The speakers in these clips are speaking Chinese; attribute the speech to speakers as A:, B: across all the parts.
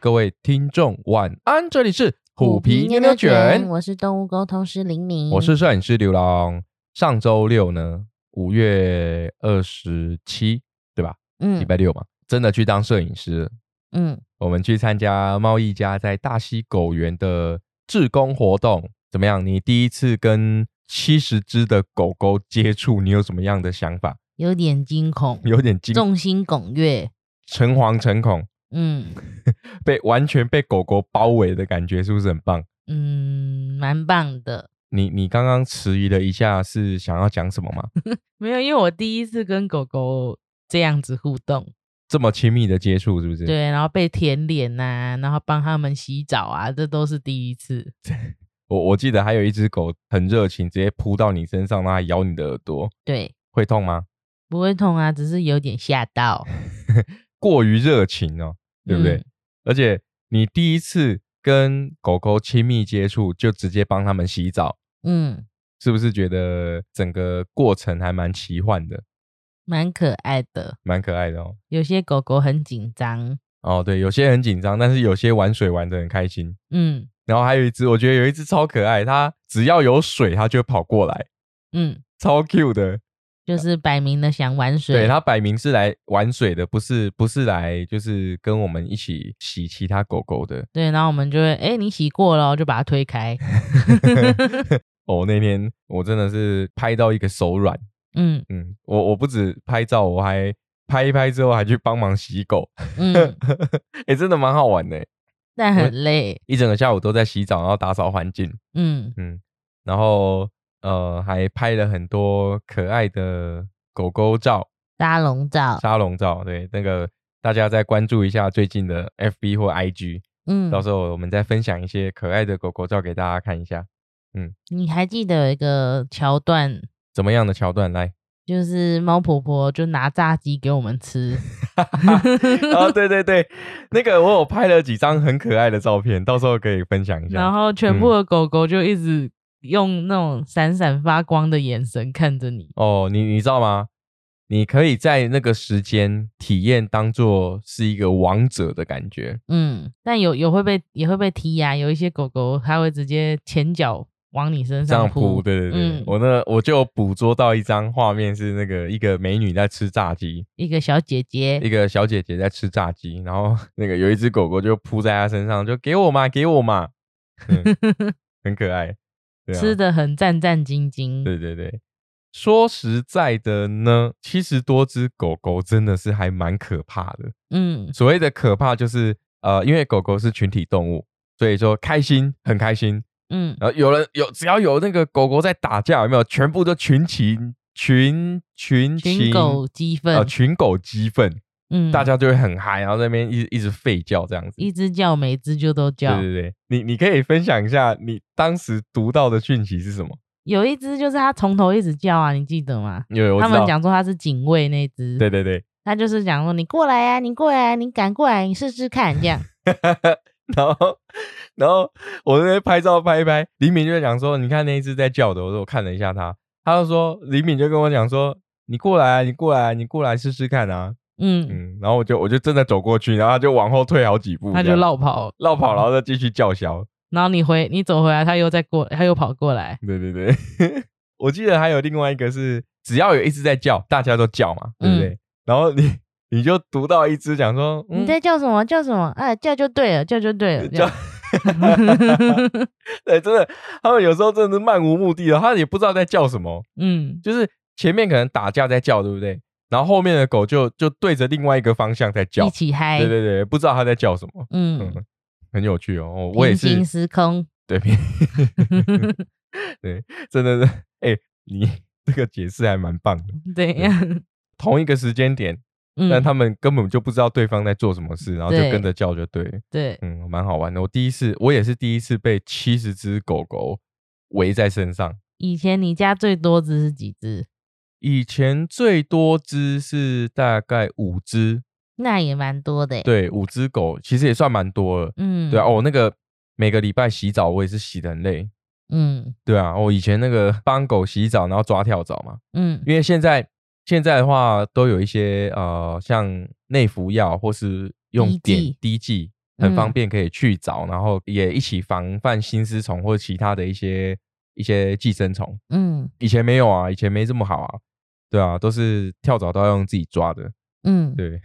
A: 各位听众晚安，这里是 虎皮妞妞卷，
B: 我是动物沟通师林明，
A: 我是摄影师刘郎。上周六呢，五月二十七，对吧？礼
B: 嗯
A: 拜六嘛，真的去当摄影师了。
B: 嗯，
A: 我们去参加贸易家在大溪狗园的志工活动，怎么样？你第一次跟七十只的狗狗接触，你有什么样的想法？
B: 有点惊恐，
A: 有点惊，
B: 众星拱月，
A: 诚惶诚恐，
B: 嗯
A: 被完全被狗狗包围的感觉，是不是很棒？
B: 嗯，蛮棒的。
A: 你你刚刚迟疑了一下，是想要讲什么吗？
B: 没有，因为我第一次跟狗狗这样子互动，
A: 这么亲密的接触，是不是？，
B: 对，然后被舔脸呐、然后帮他们洗澡啊，这都是第一次。
A: 我我记得还有一只狗很热情，直接扑到你身上，让它咬你的耳朵，
B: 对，
A: 会痛吗？
B: 不会痛啊，只是有点吓 到，
A: 过于热情哦，对不对？
B: 嗯
A: 而且你第一次跟狗狗亲密接触，就直接帮它们洗澡，
B: 嗯，
A: 是不是觉得整个过程还蛮奇幻的，
B: 蛮可爱的。
A: 蛮可爱的哦？
B: 有些狗狗很紧张，
A: 哦，对，有些很紧张，但是有些玩水玩得很开心。
B: 嗯
A: 然后还有一只，我觉得有一只超可爱，它只要有水，它就会跑过来，
B: 嗯，
A: 超 Q 的。
B: 就是摆明了想玩水，
A: 对，它摆明是来玩水的，不是不是来就是跟我们一起洗其他狗狗的。
B: 对，然后我们就会，哎、你洗过了哦，就把它推开。
A: 哦，那天我真的是拍到一个手软，
B: 嗯
A: 嗯，我我不止拍照，我还拍一拍之后还去帮忙洗狗，
B: 嗯，
A: 哎、真的蛮好玩的欸。
B: 但很累。
A: 一整个下午都在洗澡，然后打扫环境，
B: 嗯，
A: 嗯，然后呃还拍了很多可爱的狗狗照、
B: 沙龙照。
A: 沙龙照，对，那个大家再关注一下最近的 FB 或 IG，、
B: 嗯，
A: 到时候我们再分享一些可爱的狗狗照给大家看一下，
B: 你还记得有一个桥段，
A: 怎么样的桥段 来？
B: 就是猫婆婆就拿炸鸡给我 们吃。
A: 哦，对对对，那个我有拍了几张很可爱的照片，到时候可以分享一下。
B: 然后全
A: 嗯
B: 部的狗狗就一直用那种闪闪发光的眼神看着你。
A: 哦，你你知道吗？你可以在那个时间体验，当做是一个王者的感觉。
B: 嗯，但有有会被也会被踢呀、有一些狗狗它会直接前脚往你身
A: 这样
B: 上
A: 扑，
B: 扑，
A: 对对对，
B: 嗯
A: 我那我就捕捉到一张画面，是那个一个美女在吃炸鸡，
B: 一个小姐姐。
A: 一个小姐姐在吃炸鸡，然后那个有一只狗狗就扑在她身上，就给我嘛，给我嘛， 嗯很可爱。对啊、
B: 吃的很战战兢兢，
A: 对对对，说实在的呢，七十多只狗狗真的是还蛮可怕的。
B: 嗯，
A: 所谓的可怕就是呃，因为狗狗是群体动物，所以说开心很开心。
B: 嗯
A: 然后有人有只要有那个狗狗在打架，有没有？全部都群起群群
B: 群
A: 情
B: 狗激愤，
A: 呃群狗激愤，
B: 嗯，
A: 大家就会很嗨，然后在那边一直一直吠叫这样子。
B: 一只叫，每只就都
A: 对
B: 叫。
A: 对对，你你可以分享一下你当时读到的讯息是什么？
B: 有一只就是它从头一直叫啊，你记得吗？
A: 因为我
B: 他
A: 知
B: 们
A: 道，
B: 讲说它是警卫那只，
A: 对对 对，
B: 它就是讲说你过来呀、啊，你过来、啊，你敢过来，你试试看这样。
A: 然后，然后我在那边拍照拍一拍，李敏就讲说：“你看那一只在叫的。”我说：“我看了一下它。”他就说：“李敏就跟我讲说，你过来、啊，你过来、啊，你过来试试看啊。”
B: 嗯，
A: 嗯，然后我就我就真的走过去，然后他就往后退好几步，
B: 它
A: 嗯这
B: 就
A: 样
B: 绕跑，
A: 绕跑，然后再继续叫嚣。
B: 然后你回你走回来，它又再过，它又跑过来。
A: 对对对， 我记得还有另外一个是，只要有一只在叫，大家都叫嘛，对不对？然后你你就读到一只讲说：“嗯
B: 嗯
A: 呃
B: 你在叫什么？叫什么？哎，叫就对了，叫就对了。这
A: 叫
B: 样
A: 对，真的，他们有时候真的是漫无目的的，他也不知道在叫什么，
B: 嗯，
A: 就是前面可能打架在叫，对不对？然后后面的狗就就对着另外一个方向在 叫
B: 一，起嗨。
A: 对对对，不知道它在叫什么，
B: 嗯，
A: 嗯，很有趣哦。我我也
B: 平
A: 是
B: 行时空。
A: 对，平 对，真的是，哎、你 这个解释还蛮棒的。
B: 对呀，
A: 同一个时间点，
B: 嗯，
A: 但他们根本就不知道对方在做什么事，然后就
B: 对
A: 跟着叫就对了。
B: 对，
A: 嗯，蛮好玩的。我第一次，我也是第一次被七十只狗狗围在身上。
B: 以前你家最多只是几只？
A: 以前最多只是大概五只，
B: 那也蛮多的欸。
A: 对，五只狗其实也算蛮多了。
B: 嗯，
A: 对啊，哦，那个每个礼拜洗澡我也是洗得很累。
B: 嗯
A: 对啊，我、以前那个帮狗洗澡，然后抓跳蚤嘛，
B: 嗯
A: 因为现在现在的话都有一些呃，像内服药或是用
B: 滴
A: 点
B: 剂
A: 滴剂，很方
B: 嗯
A: 便可以去找，然后也一起防范新丝虫或其他的一些一些寄生虫。
B: 嗯
A: 以前没有啊，以前没这么好啊，对啊，都是跳蚤都要用自己抓的。
B: 嗯，
A: 对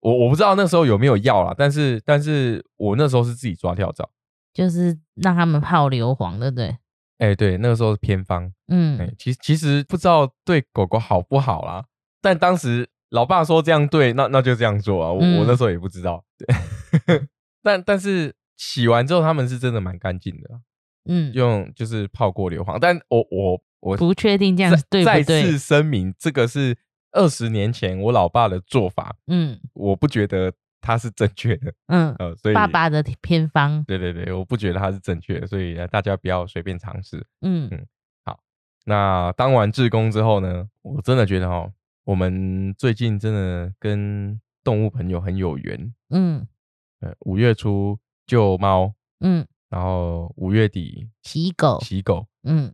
A: 我我不知道那时候有没有药啦，但是但是我那时候是自己抓跳蚤。
B: 就是让他们泡硫磺，对不对？
A: 哎、对，那个时候是偏方。
B: 嗯，
A: 哎、其其实不知道对狗狗好不好啦，但当时老爸说这样对，那那就这样做啊。我、我那
B: 嗯
A: 时候也不知道， 对，但但是洗完之后他们是真的蛮干净的啊，
B: 嗯，
A: 用就是泡过硫磺。但我我我
B: 不确定这样
A: 再
B: 对
A: 再次
B: 不对？
A: 声明，这个是二十年前我老爸的做法，
B: 嗯
A: 我不觉得他是正确的，
B: 嗯，
A: 呃，所以
B: 爸。爸的偏方，
A: 对对对，我不觉得他是正确的，所以呃大家不要随便尝试。
B: 嗯
A: 嗯那当完志工之后呢，我真的觉得哦，我们最近真的跟动物朋友很有缘。
B: 嗯
A: 呃，五月初救猫，
B: 嗯，
A: 然后五月底
B: 洗狗，
A: 洗狗，
B: 嗯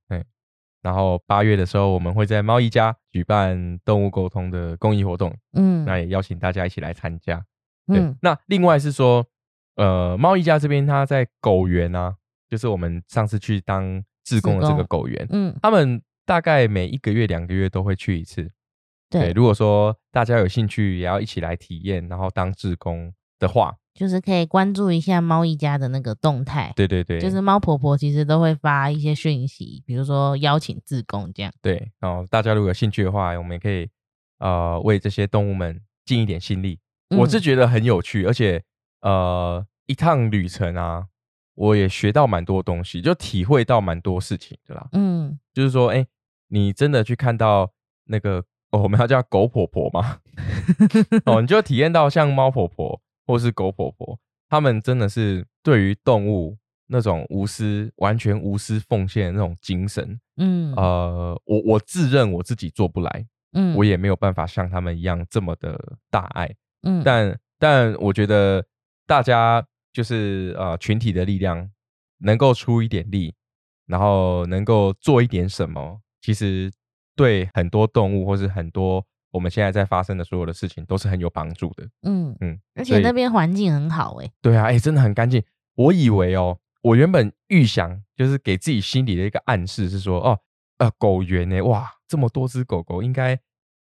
A: 然后八月的时候我们会在猫一家举办动物沟通的公益活动，
B: 嗯
A: 那也邀请大家一起来参加。对，
B: 嗯
A: 那另外是说，呃，猫一家这边它在狗园啊，就是我们上次去当志工的这个
B: 志
A: 狗园，
B: 嗯，
A: 他们大概每一个月、两个月都会去一次。
B: 对，
A: 如果说大家有兴趣，也要一起来体验，然后当志工的话，
B: 就是可以关注一下猫一家的那个动态。
A: 对对对，
B: 就是猫婆婆其实都会发一些讯息，比如说邀请自贡这样。
A: 对。然后大家如果有兴趣的话，我们也可以呃为这些动物们尽一点心力。我是
B: 嗯
A: 觉得很有趣，而且呃一趟旅程啊，我也学到蛮多东西，就体会到蛮多事情的啦。
B: 嗯
A: 就是说，哎、你真的去看到那个、哦、我们要叫狗婆婆吗？ 哦，你就体验到像猫婆婆或是狗婆婆，他们真的是对于动物那种无私、完全无私奉献的那种精神。
B: 嗯
A: 呃，我我自认我自己做不来，
B: 嗯，
A: 我也没有办法像他们一样这么的大爱，
B: 嗯
A: 但但我觉得大家就是呃群体的力量，能够出一点力，然后能够做一点什么，其实对很多动物或是很多我们现在在发生的所有的事情都是很有帮助的。
B: 嗯
A: 嗯，
B: 而
A: 所
B: 且
A: 以
B: 那边环境很好哎、
A: 对啊，哎、真的很干净。我以为哦，我原本预想就是给自己心里的一个暗示是说，哦，呃，狗园呢，哇，这么多只狗狗，应该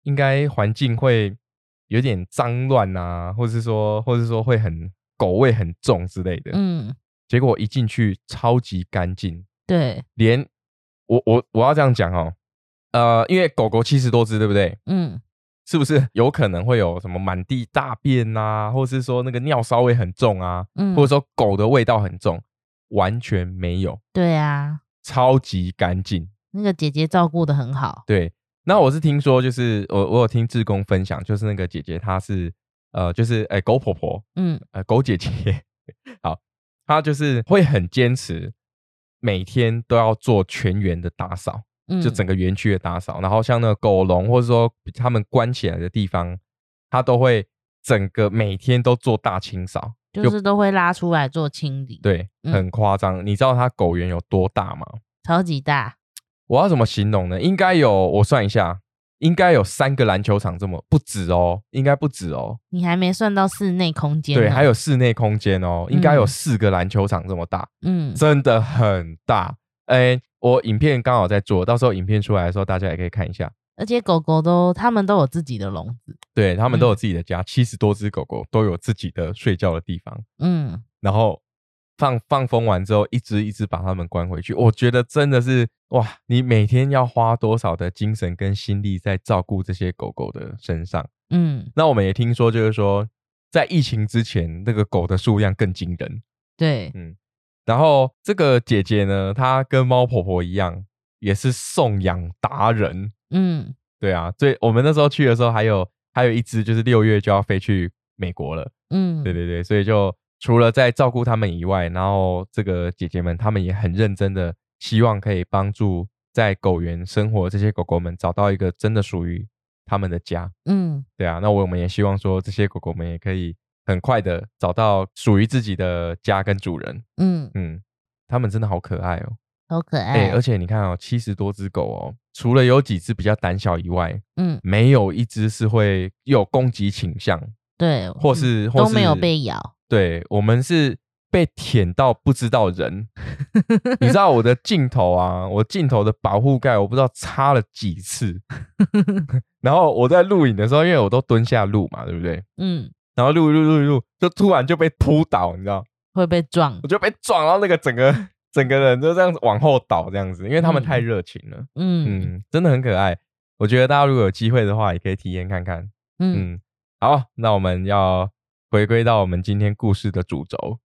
A: 应该环境会有点脏乱啊，或是说，或是说会很狗味很重之类的。
B: 嗯，
A: 结果一进去超级干净，
B: 对，
A: 连我我我要这样讲哦，呃，因为狗狗七十多只，对不对？
B: 嗯
A: 是不是有可能会有什么满地大便啊，或是说那个尿骚味很重啊？
B: 嗯，
A: 或者说狗的味道很重，完全没有，
B: 对啊，
A: 超级干净。
B: 那个姐姐照顾的很好。
A: 对，那我是听说，就是我我有听志工分享，就是那个姐姐她是呃，就是哎、狗婆婆，
B: 嗯
A: 呃狗姐姐， 好，她就是会很坚持，每天都要做全员的打扫，
B: 嗯，
A: 就整个园区的打扫，然后像那个狗笼或者说他们关起来的地方，她都会整个每天都做大清扫。
B: 就是都会拉出来做清理，，
A: 对，
B: 嗯
A: 很夸张。你知道它狗园有多大吗？
B: 超级大。
A: 我要怎么形容呢？应该有，我算一下，应该有三个篮球场这么不止哦，应该不止哦。
B: 你还没算到室内空间呢，
A: 对，还有室内空间哦，应该有
B: 嗯
A: 四个篮球场这么大，
B: 嗯
A: 真的很大。哎，我影片刚好在做，到时候影片出来的时候，大家也可以看一下。
B: 而且狗狗都，它们都有自己的笼子。
A: 对他们都有
B: 嗯
A: 自己的家，七十、多只狗狗都有自己的睡觉的地方，
B: 嗯，
A: 然后放放风完之后，一只一只把它们关回去。我觉得真的是哇，你每天要花多少的精神跟心力在照顾这些狗狗的身上？
B: 嗯，
A: 那我们也听说，就是说在疫情之前，那个狗的数量更惊人。
B: 对，
A: 然后这个姐姐呢，她跟猫婆婆一样，也是送养达人。
B: 嗯
A: 对啊，最我们那时候去的时候，还有还有一只就是六月就要飞去美国了。
B: 嗯，
A: 对对对，所以就除了在照顾他们以外，然后这个姐姐们她们也很认真的，希望可以帮助在狗园生活的这些狗狗们找到一个真的属于他们的家。
B: 嗯
A: 对啊，那我们也希望说这些狗狗们也可以很快的找到属于自己的家跟主人。
B: 嗯，
A: 嗯，它们真的好可爱哦。
B: 好可
A: 哎、
B: 爱。
A: 而且你看哦，七十多只狗哦，除了有几只比较胆小以外，
B: 嗯，
A: 没有一只是会有攻击倾向，
B: 对，
A: 或
B: 嗯
A: 是、或
B: 都
A: 是
B: 没有被咬。
A: 对我们是被舔到不知道人，你知道我的镜头啊，我镜头的保护盖我不知道擦了几 次， 然后我在录影的时候，因为我都蹲下录嘛，对不对？
B: 嗯，
A: 然后录一录录一录，就突然就被扑倒，你知道，
B: 会被撞
A: 我，就被撞到那个整个整个人就这样子往后倒这样子，因为他们
B: 嗯
A: 太热情了，
B: 嗯
A: 嗯，真的很可爱。我觉得大家如果有机会的话，也可以体验看看。
B: 嗯，
A: 嗯，好，那我们要回归到我们今天故事的主轴。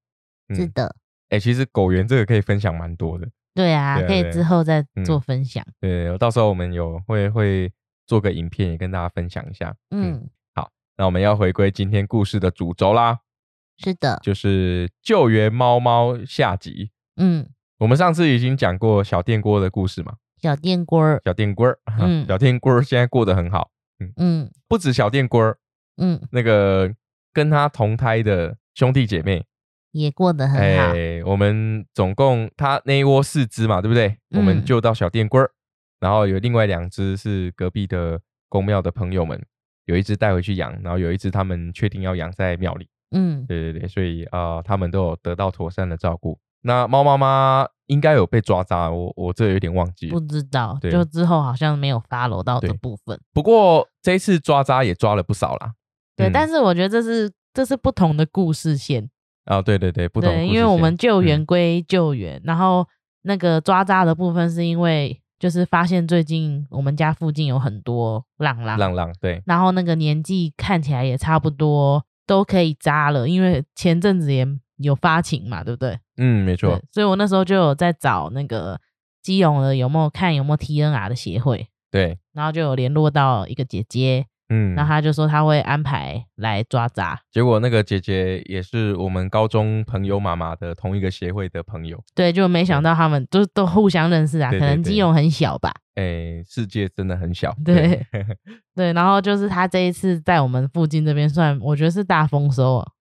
B: 是
A: 嗯，
B: 的，
A: 哎、其实狗园这个可以分享蛮多的。
B: 对啊，
A: 对啊
B: 可
A: 对
B: 以
A: 啊
B: 之后再
A: 嗯
B: 做分享，
A: 对，到时候我们有会会做个影片，也跟大家分享一下。嗯
B: 嗯，
A: 那我们要回归今天故事的主轴啦，
B: 是的，
A: 就是救援猫猫下集。
B: 嗯，
A: 我们上次已经讲过小电锅的故事嘛，
B: 小电锅儿，
A: 小电锅儿，
B: 嗯
A: 小电锅儿现在过得很好，
B: 嗯
A: 不止小电锅儿，
B: 嗯，
A: 那个跟他同胎的兄弟姐妹，
B: 也过得很好，
A: 哎，我们总共它那一窝四只嘛，对不对？我们
B: 嗯
A: 救到小电龟儿，然后有另外两只是隔壁的公庙的朋友们，有一只带回去养，然后有一只他们确定要养在庙里。
B: 嗯，
A: 对对对，所以啊、呃他们都有得到妥善的照顾。那猫妈妈应该有被抓扎，我我这有点忘记
B: 不
A: 了。
B: 知道，
A: 对
B: 就之后好像没有 follow 到这
A: 对
B: 部分，
A: 不过这一次抓扎也抓了不少啦。
B: 对，
A: 嗯
B: 但是我觉得这是这是不同的故事线，
A: 啊，对对对，不同的
B: 对，
A: 故
B: 因为
A: 事
B: 我
A: 线
B: 们救
A: 嗯
B: 援归救援，然后那个抓渣的部分是因为就是发现最近我们家附近有很多浪浪，
A: 浪浪对，
B: 然后那个年纪看起来也差不多都可以扎了，因为前阵子也有发情嘛，对不对？
A: 嗯，没错
B: 对，，所以我那时候就有在找那个基隆的有没有看有没有 TNR 的协会，
A: 对，
B: 然后就有联络到一个姐姐，
A: 嗯，
B: 然后她就说她会安排来抓渣，
A: 结果那个姐姐也是我们高中朋友妈妈的同一个协会的朋友，
B: 对，就没想到他们都都互相认识啊，
A: 对
B: 可
A: 对
B: 能
A: 对
B: 基隆很小吧，
A: 诶，哎世界真的很小。
B: 对 对，然后就是他这一次在我们附近这边算，我觉得是大丰收哦。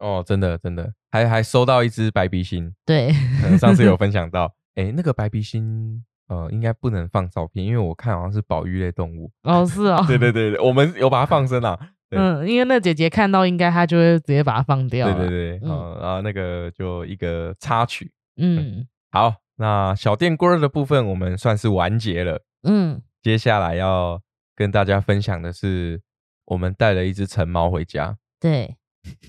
A: 哦，真的真的，还还收到一只白鼻星，
B: 对，
A: 呃上次有分享到，诶，那个白鼻星，呃，应该不能放照片，因为我看好像是保育类动 物。
B: 哦是哦，
A: 对对对，对我们有把它放生 啊。对
B: 嗯，因为那姐姐看到，应该她就会直接把它放掉
A: 对对
B: 了。
A: 对，
B: 嗯
A: 呃，然后那个就一个插曲。
B: 嗯
A: 好，那小电锅儿的部分我们算是完结了。
B: 嗯，
A: 接下来要跟大家分享的是，我们带了一只橙猫回家。
B: 对。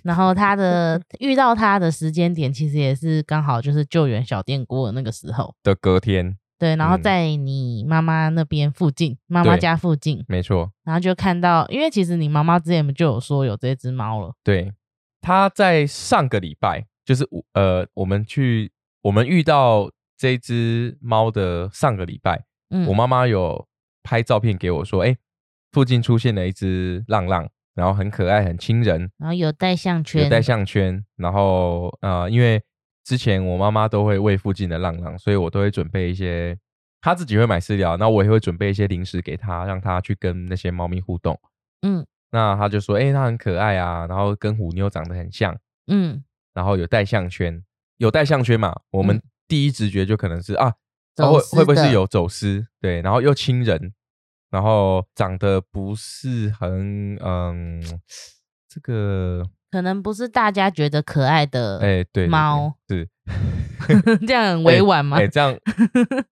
B: 然后她的遇到她的时间点，其实也是刚好就是救援小电锅的那个时候。
A: 的隔天，
B: 对，然后
A: 嗯
B: 在你妈妈那边附近，妈妈
A: 对
B: 家附近，
A: 没错，
B: 然后就看到，因为其实你妈妈之前就有说有这只猫了。
A: 对，它在上个礼拜，就是我呃，我们去我们遇到这只猫的上个礼拜，
B: 嗯，
A: 我妈妈有拍照片给我说，哎、附近出现了一只浪浪，然后很可爱，很亲人，
B: 然后有带项圈，
A: 有戴项圈，然后呃，因为之前我妈妈都会喂附近的浪浪，所以我都会准备一些，她自己会买饲料，那我也会准备一些零食给她，让她去跟那些猫咪互动。
B: 嗯，
A: 那她就说，哎、它很可爱啊，然后跟虎妞长得很像，
B: 嗯，
A: 然后有戴项圈，有戴项圈嘛，我们
B: 嗯
A: 第一直觉就可能是、啊，
B: 走
A: 啊会
B: 私
A: 会不会
B: 的
A: 是有走私？对，然后又亲人，然后长得不是很嗯，这个
B: 可能不是大家觉得可爱的，
A: 哎、对对，对
B: 呃猫
A: 是
B: 这样很委婉吗？
A: 哎、这 样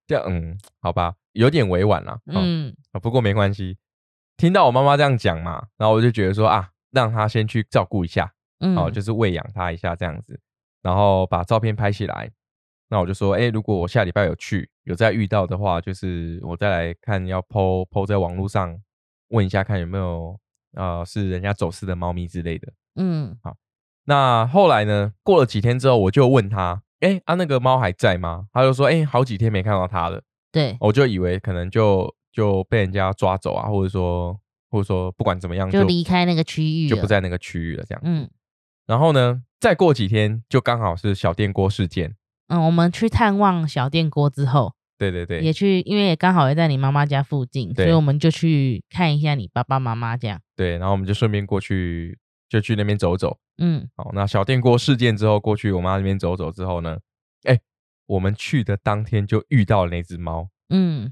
A: 这样嗯，好吧，有点委婉啦。嗯，
B: 嗯
A: 不过没关系。听到我妈妈这样讲嘛，然后我就觉得说啊，让她先去照顾一下，
B: 嗯，
A: 哦，就是喂养它一下这样子，然后把照片拍起来。那我就说，哎、如果我下礼拜有去，有再遇到的话，就是我再来看要 PO PO 在网络上问一下，看有没有呃是人家走私的猫咪之类的。
B: 嗯
A: 那后来呢？过了几天之后，我就问他：“哎、啊，那个猫还在吗？”他就说：“哎、好几天没看到它了。
B: 对”，
A: 我就以为可能就就被人家抓走啊，或者说或者说不管怎么样
B: 就
A: 哦就
B: 离开那个区域
A: 就
B: 了
A: 不在那个区域了这样。
B: 嗯
A: 然后呢，再过几天就刚好是小电锅事件。
B: 嗯，我们去探望小电锅之后，
A: 对对对，
B: 也去，因为也刚好也在你妈妈家附近，所以
A: 对
B: 我们就去看一下你爸爸妈妈这样。
A: 对，然后我们就顺便过去，就去那边走走。
B: 嗯，
A: 好，那小电锅事件之后，过去我妈那边走走之后呢，哎、我们去的当天就遇到了那只猫。
B: 嗯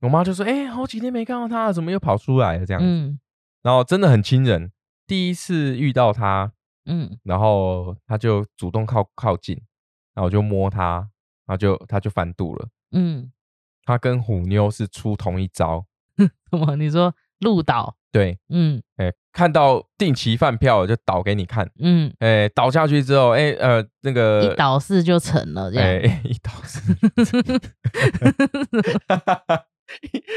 A: 我妈就说：“哎、好几天没看到它了，怎么又跑出来了？”这样子，
B: 嗯
A: 然后真的很亲人。第一次遇到它，
B: 嗯
A: 然后它就主动靠靠近，然后我就摸它，然后就它就反肚了。
B: 嗯，
A: 它跟虎妞是出同一招，
B: 什么？你说鹿岛？
A: 对，
B: 嗯
A: 哎、看到定期饭票我就倒给你看，
B: 嗯，
A: 哎、倒下去之后，哎、呃那个
B: 一倒四就成了这样。
A: 哎、 一倒是，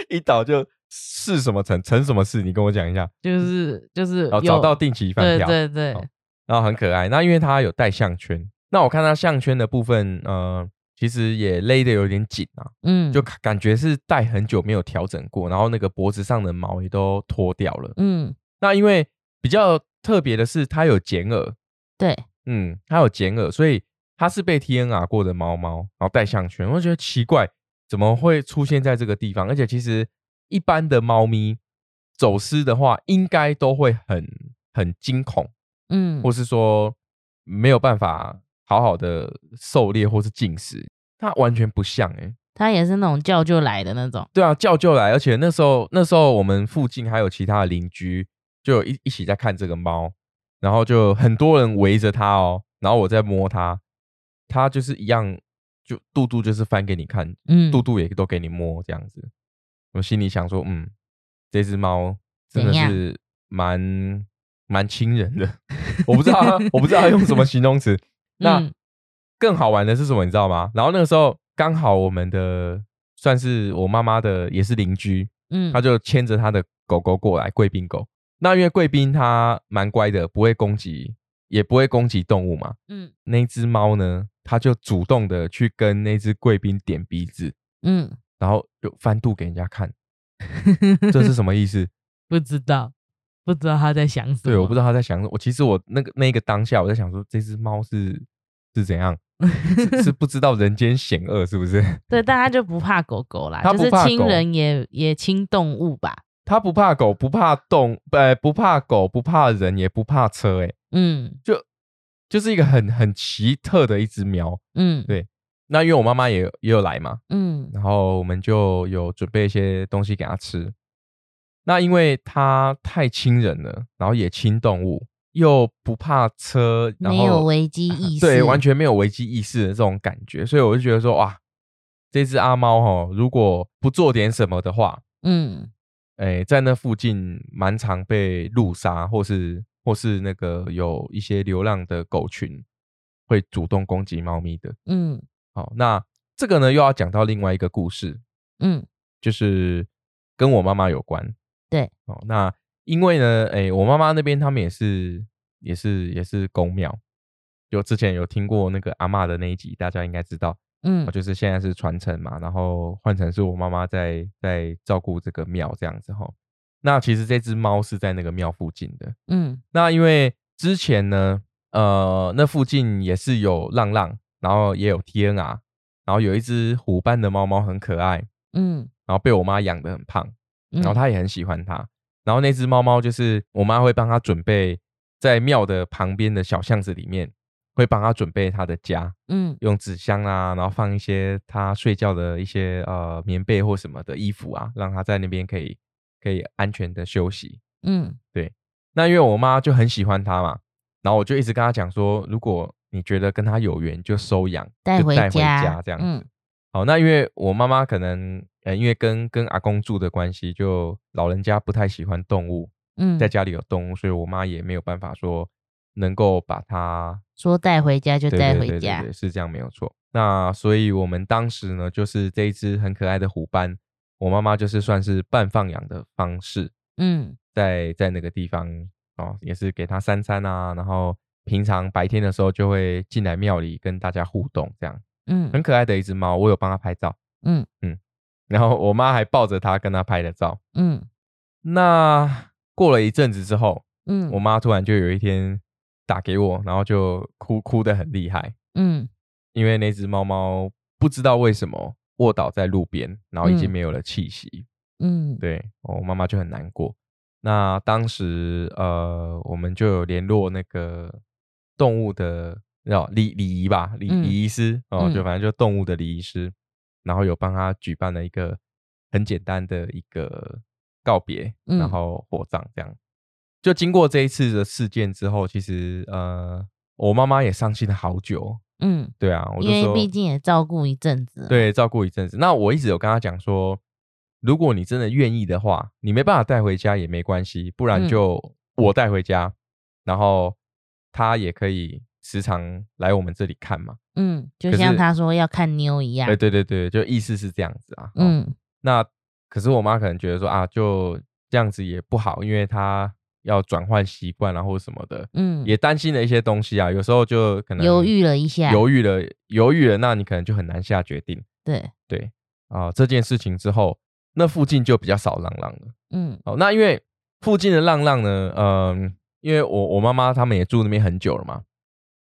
A: 一一倒就是什么成成什么事？你跟我讲一下。
B: 就是就是
A: 哦，找
B: 有
A: 到定期饭
B: 对
A: 票，
B: 对对，
A: 哦然后很可爱。那因为它有带项圈，那我看它项圈的部分，呃，其实也勒得有点紧啊，
B: 嗯，
A: 就感感觉是戴很久没有调整过，然后那个脖子上的毛也都脱掉了。
B: 嗯
A: 那因为比较特别的是，它有剪耳，
B: 对，
A: 嗯，它有剪耳，所以它是被 TNR 过的猫猫，然后戴项圈，我觉得奇怪，怎么会出现在这个地方？而且其实一般的猫咪走失的话，应该都会很很惊恐，
B: 嗯
A: 或是说没有办法好好的狩猎或是进食。它完全不像欸诶、
B: 它也是那种叫就来的那种，
A: 对啊，叫就来，而且那时候那时候我们附近还有其他的邻居，就有一一起在看这个猫，然后就很多人围着它哦，然后我在摸它，它就是一样，就肚肚就是翻给你看，
B: 嗯，
A: 肚肚也都给你摸这样子。我心里想说，嗯，这只猫真的
B: 怎样
A: 是蛮蛮亲人的， 我不知道它我不知道它用什么形容 词。那
B: 嗯
A: 更好玩的是什么，你知道吗？然后那个时候刚好我们的算是我妈妈的也是邻居，
B: 嗯，
A: 她就牵着她的狗狗过来，贵宾狗。那因为贵宾它蛮乖的，不会攻击，也不会攻击动物嘛。
B: 嗯
A: 那只猫呢，它就主动的去跟那只贵宾点鼻子，
B: 嗯，
A: 然后就翻肚给人家看，这是什么意 思？
B: 不知道不知道他在想什么，
A: 对，我不知
B: 道，
A: 道他在想什么。我其实我那个那个当下，我在想说这只猫是是怎 样，是是不知道人间险恶是不是？
B: 对，但他就不怕狗狗啦，
A: 它
B: 就
A: 不
B: 是
A: 怕
B: 亲
A: 狗
B: 人也也亲动物吧，
A: 它不怕狗，不怕动，呃，不怕狗，不怕人，也不怕车、欸，
B: 嗯
A: 就是一个很很奇特的一只喵。
B: 嗯
A: 对那因为我妈妈也有也有来嘛，
B: 嗯
A: 然后我们就有准备一些东西给它吃。那因为它太亲人了，然后也亲动物，又不怕车，然后
B: 没有危 机意识，
A: 对，完全没有危机意识的这种感觉，所以我就觉得说，哇，这只阿猫哦，如果不做点什么的话，
B: 嗯
A: 哎，在那附近蛮常被路杀，或是或是那个有一些流浪的狗群会主动攻击猫咪的。
B: 嗯
A: 好，那这个呢又要讲到另外一个故事，
B: 嗯
A: 就是跟我妈妈有关。
B: 对，
A: 哦，那因为呢，哎、我妈妈那边他们也是也是也是公庙，就之前有听过那个阿嬷的那一集，大家应该知道，
B: 嗯
A: 哦就是现在是传承嘛，然后换成是我妈妈在在照顾这个庙这样子哈、那其实这只猫是在那个庙附近的，
B: 嗯
A: 那因为之前呢，呃，那附近也是有浪浪，然后也有 TNR，然后有一只虎斑的猫猫很可爱，
B: 嗯，
A: 然后被我妈养得很胖，然
B: 然
A: 后她也很喜欢它。然后那只猫猫就是我妈会帮它准备在庙的旁边的小巷子里面，会帮它准备它的家，
B: 嗯
A: 用纸箱啊，然后放一些它睡觉的一些呃棉被或什么的衣服啊，让它在那边可以可以安全的休息。
B: 嗯
A: 那因为我妈就很喜欢它嘛，然后我就一直跟她讲说，如果你觉得跟它有缘，就收养，
B: 带
A: 就
B: 回
A: 带回
B: 家
A: 家这样子。
B: 嗯
A: 好，那因为我妈妈可能呃，因为跟跟阿公住的关系，就老人家不太喜欢动物，
B: 嗯，
A: 在家里有动物，所以我妈也没有办法说能够把它
B: 说带回家就
A: 对
B: 带
A: 对
B: 回
A: 对对
B: 家
A: 对，，是这样没有错。那所以我们当时呢，就是这一只很可爱的虎斑，我妈妈就是算是半放养的方式，
B: 嗯
A: 在在那个地方哦，也是给它三餐啊，然后平常白天的时候就会进来庙里跟大家互动，这样
B: 嗯
A: 很可爱的一只猫，我有帮它拍照。
B: 嗯
A: 然后我妈还抱着它跟它拍了照。
B: 嗯
A: 那过了一阵子之后，
B: 嗯，
A: 我妈突然就有一天打给我，然后就哭哭得很厉害，
B: 嗯
A: 因为那只猫猫不知道为什么卧倒在路边，然后已经
B: 嗯
A: 没有了气息。
B: 嗯
A: 对，哦我妈妈就很难过。那当时呃，我们就有联络那个动物的哦礼礼仪吧，礼
B: 嗯
A: 礼仪师、哦，就
B: 嗯
A: 反正就动物的礼仪师，然后有帮他举办了一个很简单的一个告别，然
B: 嗯
A: 后火葬这样。就经过这一次的事件之后，其实呃，我妈妈也伤心了好久。
B: 嗯，
A: 对啊，我就
B: 因为
A: 说，
B: 毕竟也照顾一阵子，，
A: 对，照顾一阵子。那我一直有跟他讲说，如果你真的愿意的话，你没办法带回家也没关系，不然
B: 嗯
A: 就我带回家，然后他也可以时常来我们这里看嘛。
B: 嗯，就
A: 可
B: 像
A: 是
B: 他说要看妞一样
A: 对，对对对，就意思是这样子啊。哦，
B: 嗯
A: 那可是我妈可能觉得说啊，就这样子也不好，因为她要转换习惯啊或什么的，
B: 嗯，
A: 也担心了一些东西啊。有时候就可能
B: 犹豫了一下，
A: 犹豫了，犹豫了，那你可能就很难下决定。
B: 对，
A: 对啊、这件事情之后，那附近就比较少浪浪了。
B: 嗯
A: 哦，那因为附近的浪浪呢，嗯、因为我我妈妈他们也住那边很久了嘛，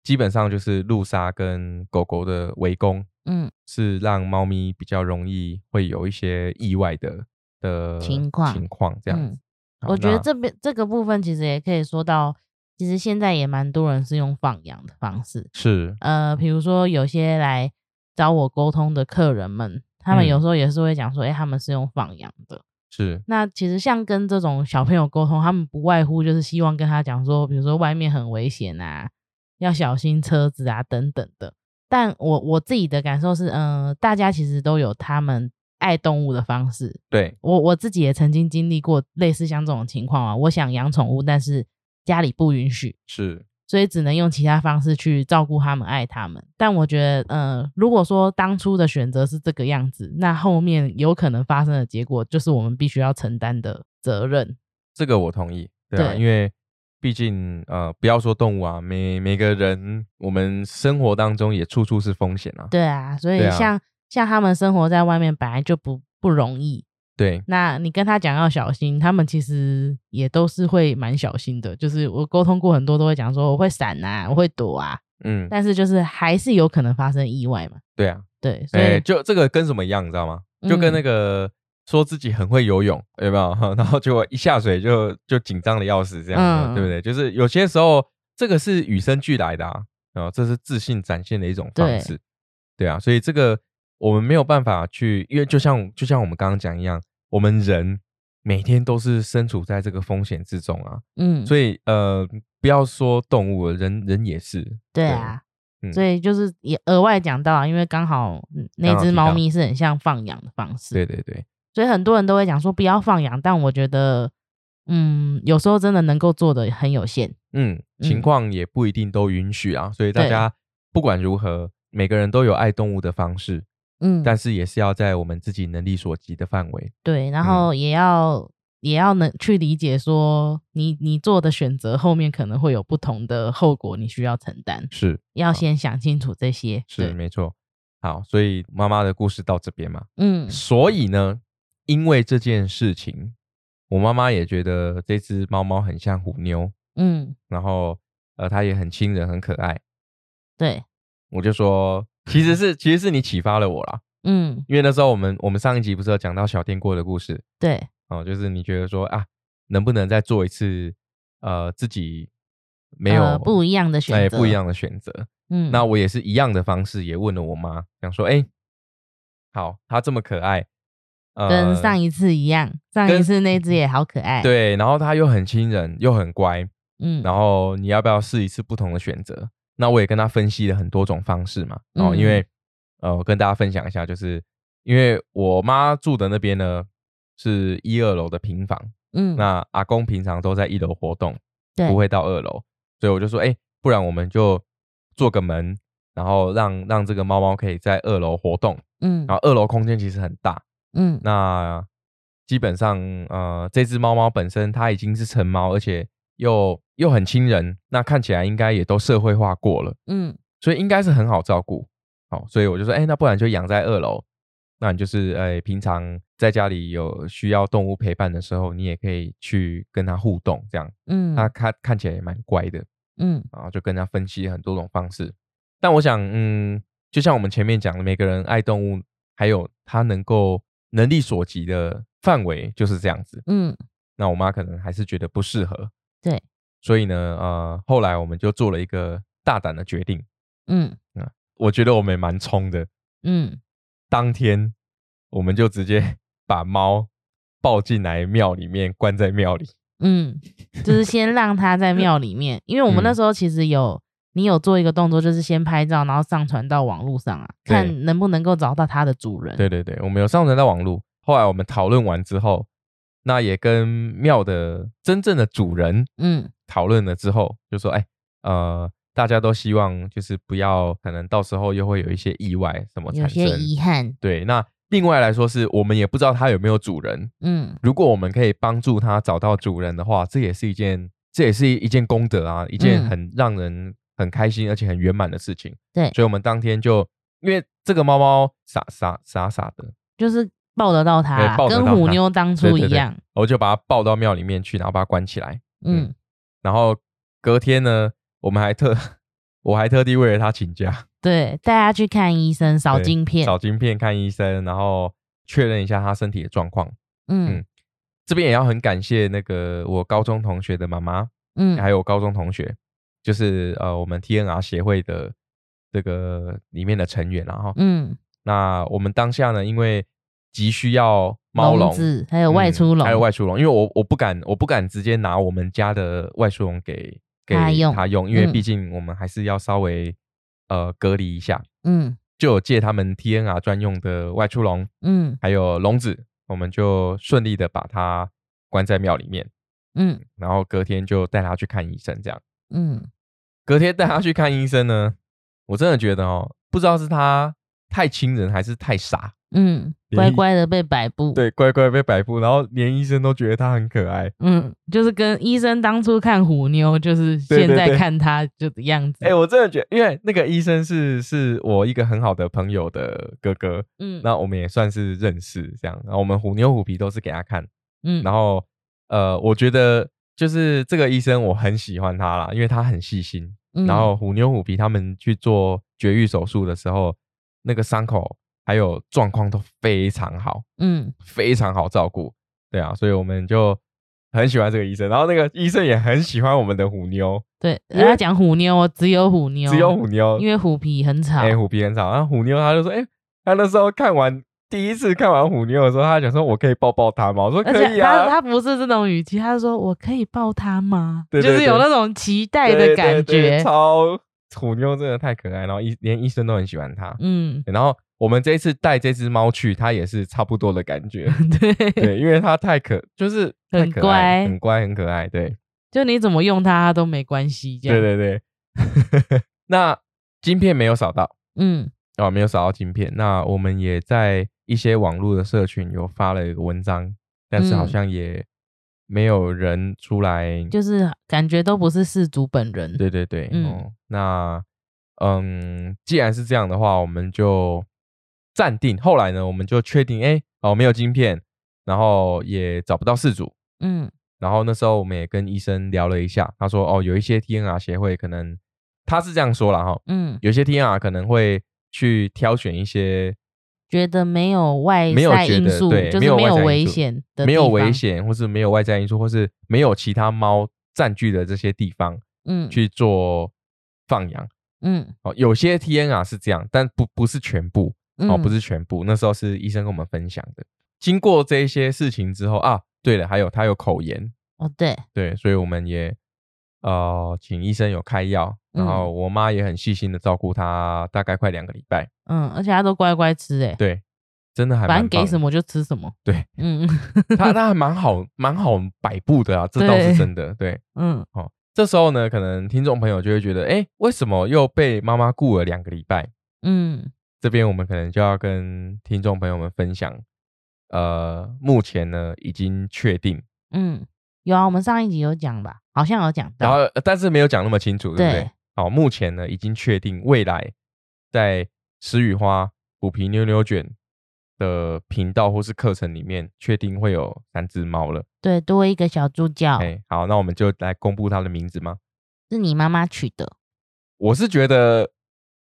A: 基本上就是路杀跟狗狗的围攻，
B: 嗯
A: 是让猫咪比较容易会有一些意外的的
B: 情况
A: 情况这样子。
B: 嗯，
A: 好
B: 我觉得
A: 那
B: 这边这个部分其实也可以说到，其实现在也蛮多人是用放养的方式，
A: 是
B: 呃，比如说有些来找我沟通的客人们，他们有
A: 嗯
B: 时候也是会讲说，哎、他们是用放养的。
A: 是，
B: 那其实像跟这种小朋友沟通，他们不外乎就是希望跟他讲说，比如说外面很危险啊，要小心车子啊等等的。但我我自己的感受是，嗯、大家其实都有他们爱动物的方式。
A: 对，
B: 我我自己也曾经经历过类似像这种情况啊，我想养宠物，但是家里不允许，
A: 是
B: 所以只能用其他方式去照顾他们、爱他们。但我觉得，呃，如果说当初的选择是这个样子，那后面有可能发生的结果就是我们必须要承担的责任。
A: 这个我同意，对啊，
B: 对
A: 因为毕竟呃，不要说动物啊，每每个人我们生活当中也处处是风险啊。
B: 对啊，所以
A: 对啊
B: 像、像他们生活在外面本来就不不容易，
A: 对，
B: 那你跟他讲要小心，他们其实也都是会蛮小心的。就是我沟通过很多都会讲说我会闪啊，我会躲啊，
A: 嗯，
B: 但是就是还是有可能发生意外嘛。
A: 对啊，
B: 对，所以、嗯
A: 哎、就这个跟什么一样，你知道吗？就跟那个说自己很会游泳，有没有？ 然后结果一下水就就紧张的要死，这样、
B: 嗯
A: 对不对？就是有些时候这个是与生俱来的啊，啊，这是自信展现的一种
B: 对
A: 方式，对啊，所以这个我们没有办法去，因为就像就像我们刚刚讲一样，我们人每天都是身处在这个风险之中啊，
B: 嗯，
A: 所以呃，不要说动物了，人人也是，
B: 对
A: 对
B: 啊，
A: 嗯
B: 所以就是也额外讲到啊，因为刚好嗯那
A: 刚好
B: 只
A: 提
B: 猫
A: 到
B: 咪是很像放养的方式，
A: 对对对，
B: 所以很多人都会讲说不要放养，但我觉得，嗯，有时候真的能够做的很有限，
A: 嗯，
B: 嗯
A: 情况也不一定都允许啊，所以大
B: 对
A: 家不管如何，每个人都有爱动物的方式，
B: 嗯，
A: 但是也是要在我们自己能力所及的范围。
B: 对，然后也要、也要能去理解说你你做的选择后面可能会有不同的后果，你需要承担，
A: 是
B: 要先想清楚这些，
A: 是，
B: 对，
A: 没错。好，所以妈妈的故事到这边嘛。
B: 嗯
A: 所以呢，因为这件事情，我妈妈也觉得这只猫猫很像虎妞，
B: 嗯，
A: 然后呃，它也很亲人，很可爱。
B: 对，
A: 我就说，其实是其实是你启发了我啦，
B: 嗯
A: 因为那时候我们我们上一集不是有讲到小电锅的故事，
B: 对，
A: 哦，就是你觉得说啊，能不能再做一次呃自己没有、
B: 呃不一样的选
A: 哎
B: 择，
A: 不一，样的选择？
B: 嗯，
A: 那我也是一样的方式，也问了我妈，想说，哎、好，它这么可爱，呃，
B: 跟上一次一样，上一
A: 跟嗯
B: 次那只也好可爱。，
A: 对，然后它又很亲人，又很乖，
B: 嗯，
A: 然后你要不要试一次不同的选择？那我也跟他分析了很多种方式嘛，哦，
B: 嗯
A: 因为呃，我跟大家分享一下，就是因为我妈住的那边呢是一二楼的平房，
B: 嗯，
A: 那阿公平常都在一楼活动，
B: 对
A: 不会到二楼，所以我就说，哎、不然我们就做个门，然后让让这个猫猫可以在二楼活动，
B: 嗯
A: 然后二楼空间其实很大，
B: 嗯
A: 那基本上呃，这只猫猫本身它已经是成猫，而且又又很亲人，那看起来应该也都社会化过了，
B: 嗯
A: 所以应该是很好照顾。好、所以我就说，哎、那不然就养在二楼。那你就是，哎、平常在家里有需要动物陪伴的时候，你也可以去跟它互动，这样
B: 嗯
A: 它看看起来也蛮乖的。
B: 嗯
A: 然后就跟它分析很多种方式。但我想，嗯，就像我们前面讲的，每个人爱动物，还有他能够能力所及的范围就是这样子。
B: 嗯
A: 那我妈可能还是觉得不适合，
B: 对，
A: 所以呢，呃，后来我们就做了一个大胆的决定。
B: 嗯
A: 我觉得我们也蛮冲的，
B: 嗯，
A: 当天 我们就直接把猫抱进来庙里面，关在庙里。
B: 嗯，就是先让他在庙里面，因为我们那
A: 嗯
B: 时候其实有你有做一个动作，就是先拍照，然后上传到网络上啊，
A: 对
B: 看能不能够找到它的主人。
A: 对对对，我们有上传到网络。后来我们讨论完之后，那也跟庙的真正的主人
B: 嗯
A: 讨论了之后，就说：“哎，呃，大家都希望就是不要，可能到时候又会有一些意外什么
B: 有
A: 产
B: 些
A: 生。
B: 遗憾”，
A: 对，那另外来说是我们也不知道它有没有主人。
B: 嗯
A: 如果我们可以帮助它找到主人的话，这也是一件，这也是一件功德啊，一件
B: 嗯
A: 很让人很开心而且很圆满的事情。
B: 对
A: 所以我们当天就因为这个猫猫傻傻傻傻的，
B: 就是抱得到它
A: 对
B: 啊，
A: 抱得
B: 跟
A: 到
B: 虎
A: 它
B: 妞当
A: 对
B: 初
A: 对
B: 一
A: 对
B: 样。
A: 我就把它抱到庙里面去，然后把它关起来。嗯
B: 嗯，
A: 然后隔天呢，我们还特 我还特地为了它请假，
B: 对，带它去看医生，扫
A: 对
B: 晶片。
A: 找晶片看医生，然后确认一下它身体的状况。
B: 嗯
A: 这边也要很感谢那个我高中同学的妈妈，
B: 嗯
A: 还有高中同学，就是呃我们 TNR 协会的这个里面的成员啊，然后、
B: 嗯，
A: 那我们当下呢，因为急需要猫笼。嗯
B: 子还有外出笼，
A: 还有外出笼，因为我我不敢，我不敢直接拿我们家的外出笼给给
B: 他用
A: 他用，因为
B: 嗯
A: 毕竟我们还是要稍微呃隔离一下，
B: 嗯
A: 就有借他们 TNR 专用的外出笼，
B: 嗯
A: 还有笼子，我们就顺利的把它关在庙里面，
B: 嗯
A: 然后隔天就带他去看医生，这样。
B: 嗯
A: 隔天带他去看医生呢，我真的觉得哦，不知道是他太亲人还是太傻，
B: 嗯，乖乖的被摆布。
A: 对，乖乖被摆布，然后连医生都觉得他很可爱。
B: 嗯，就是跟医生当初看虎妞，就是
A: 对
B: 现
A: 对
B: 在
A: 对
B: 看他就的样子。
A: 哎、我真的觉得，因为那个医生是是我一个很好的朋友的哥哥，
B: 嗯
A: 那我们也算是认识这样。然后我们虎妞虎皮都是给他看，
B: 嗯，
A: 然后呃，我觉得就是这个医生我很喜欢他啦，因为他很细心。
B: 嗯
A: 然后虎妞虎皮他们去做绝育手术的时候，那个伤口还有状况都非常好，
B: 嗯
A: 非常好照顾。对啊，所以我们就很喜欢这个医生，然后那个医生也很喜欢我们的虎妞，
B: 对，
A: 因
B: 人
A: 为
B: 家讲虎妞哦，只有虎妞，
A: 只有虎妞，
B: 因为虎皮很吵
A: 哎、。虎皮很吵。然后虎妞他就说，哎、他那时候看完第一次看完虎妞的时候，他讲说我可以抱抱他吗？我说可
B: 而且
A: 以
B: 他
A: 啊。
B: 他不是这种语气，他说我可以抱他吗？
A: 对对
B: 就是有
A: 对
B: 那种期待
A: 对
B: 的
A: 对对
B: 感觉。
A: 超虎妞真的太可爱，然后医连医生都很喜欢他。
B: 嗯，。
A: 然后我们这一次带这只猫去，它也是差不多的感觉
B: 对，
A: 对，因为它太可，就是太
B: 很
A: 可爱
B: 乖
A: 很乖，很可爱。对，
B: 就你怎么用它它都没关系，这样。
A: 对对对。 那晶片没有扫到
B: 嗯
A: 哦，没有扫到晶片。那我们也在一些网络的社群有发了一个文章，但是好
B: 嗯
A: 像也没有人出来。，
B: 就是感觉都不是氏族本人。
A: 对对对，
B: 嗯
A: 哦，那嗯，既然是这样的话，我们就暂定。后来呢，我们就确定，哎，哦，没有晶片，然后也找不到事主，
B: 嗯
A: 然后那时候我们也跟医生聊了一下，他说哦，有一些 TNR 协会可能他是这样说了哈，
B: 嗯，
A: 有些 TNR 可能会去挑选一些
B: 觉得没有外
A: 没有
B: 在
A: 觉
B: 因
A: 得
B: 素，
A: 对
B: 就是
A: 没有
B: 没
A: 外
B: 有
A: 在因
B: 危
A: 素
B: 险的，
A: 没有危。险或是没有外在因素，或是没有其他猫占据的这些地方
B: 嗯
A: 去做放养。
B: 嗯
A: 哦，有些 TNR 是这样，但不不是全部哦，
B: 嗯，
A: 不是全部。那时候是医生跟我们分享的。经过这一些事情之后啊，对了，还有他有口炎，
B: 哦，对，
A: 对，所以我们也呃请医生有开药，然
B: 嗯
A: 后我妈也很细心的照顾它，大概快两个礼拜。
B: 嗯，而且它都乖乖吃，哎，
A: 对，真的还
B: 反
A: 蛮
B: 正给什
A: 么，
B: 么就吃什么。
A: 对，
B: 嗯
A: 它它还蛮好蛮好摆布的啊，这倒
B: 对
A: 是真的。对，
B: 嗯
A: 这时候呢，可能听众朋友就会觉得，哎，为什么又被妈妈顾了两个礼拜？
B: 嗯
A: 这边我们可能就要跟听众朋友们分享，呃，目前呢已经确定，
B: 嗯，有啊，我们上一集有讲吧，好像有讲
A: 然后
B: 到。
A: 呃但是没有讲那么清楚，对不对
B: 对？
A: 好，目前呢已经确定未来在石雨花虎皮妞妞卷的频道或是课程里面，确定会有三只猫了。
B: 对，多一个小助教，
A: 哎、好，那我们就来公布它的名字吗？
B: 是你妈妈取的，
A: 我是觉得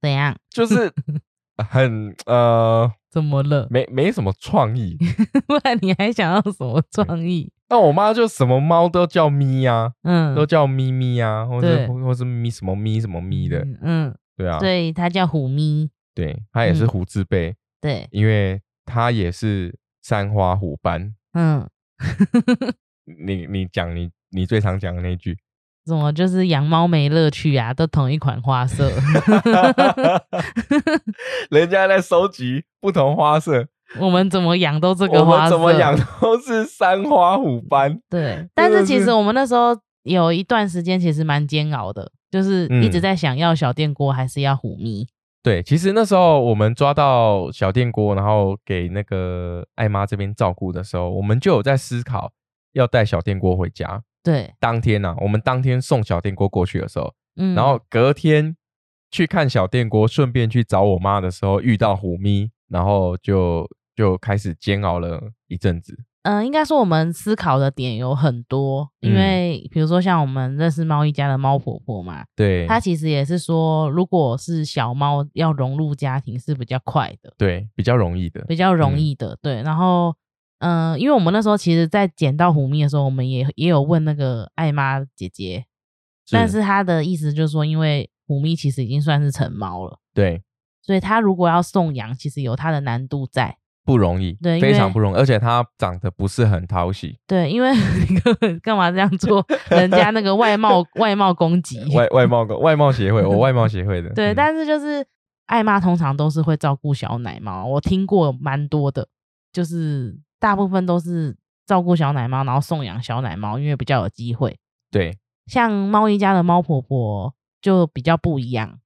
B: 怎样？
A: 就是 很呃
B: 怎么了？
A: 没没什么创意，
B: 不然你还想要什么创意？
A: 那我妈就什么猫都叫咪呀、
B: 嗯，
A: 都叫咪咪啊，或是
B: 对
A: 或是咪什么咪什么咪的，
B: 嗯，
A: 对啊，
B: 所以它叫虎咪。
A: 对，它也是
B: 嗯
A: 虎字辈，
B: 对，
A: 因为它也是三花虎斑，
B: 嗯，
A: 你你讲你你最常讲的那一 句，
B: 怎么就是养猫没乐趣啊？都同一款花色，
A: 人家在收集不同花色，
B: 我们怎么养都这
A: 我
B: 个花
A: 们
B: 色，
A: 怎么养 都是三花虎斑。
B: 对，但是其
A: 是
B: 实我们那时候有一段时间其实蛮煎熬的，就是一直
A: 嗯
B: 在想要小电锅还是要虎咪。
A: 对，其实那时候我们抓到小电锅，然后给那个艾妈这边照顾的时候，我们就有在思考要带小电锅回家。
B: 对，
A: 当天呐、啊，我们当天送小电锅过去的时候，
B: 嗯，
A: 然后隔天去看小电锅，顺便去找我妈的时候遇到虎咪，然后就就开始煎熬了一阵子。
B: 嗯、应该说我们思考的点有很多，因
A: 嗯
B: 为比如说像我们认识猫一家的猫婆婆嘛，
A: 对，
B: 她其实也是说，如果是小猫要融入家庭是比较快的，
A: 对比较容易的，
B: 比较容
A: 嗯
B: 易的，对。然后，嗯、因为我们那时候其实，在捡到虎咪的时候，我们也也有问那个艾妈姐姐，但是她的意思就是说，因为虎咪其实已经算是成猫了，
A: 对
B: 所以它如果要送养，其实有它的难度在。
A: 不容易，
B: 对因
A: 非常
B: 为
A: 不容易，而且它长得不是很讨 喜，
B: 对，因为你根本干嘛这样做人家那个外貌外貌攻击？
A: 外外貌外貌协会，我外貌协会的，
B: 对，
A: 嗯
B: 但是就是艾妈通常都是会照顾小奶猫，我听过蛮多的，就是大部分都是照顾小奶猫，然后送养小奶猫，因为比较有机会。
A: 对
B: 像猫一家的猫婆婆就比较不一样，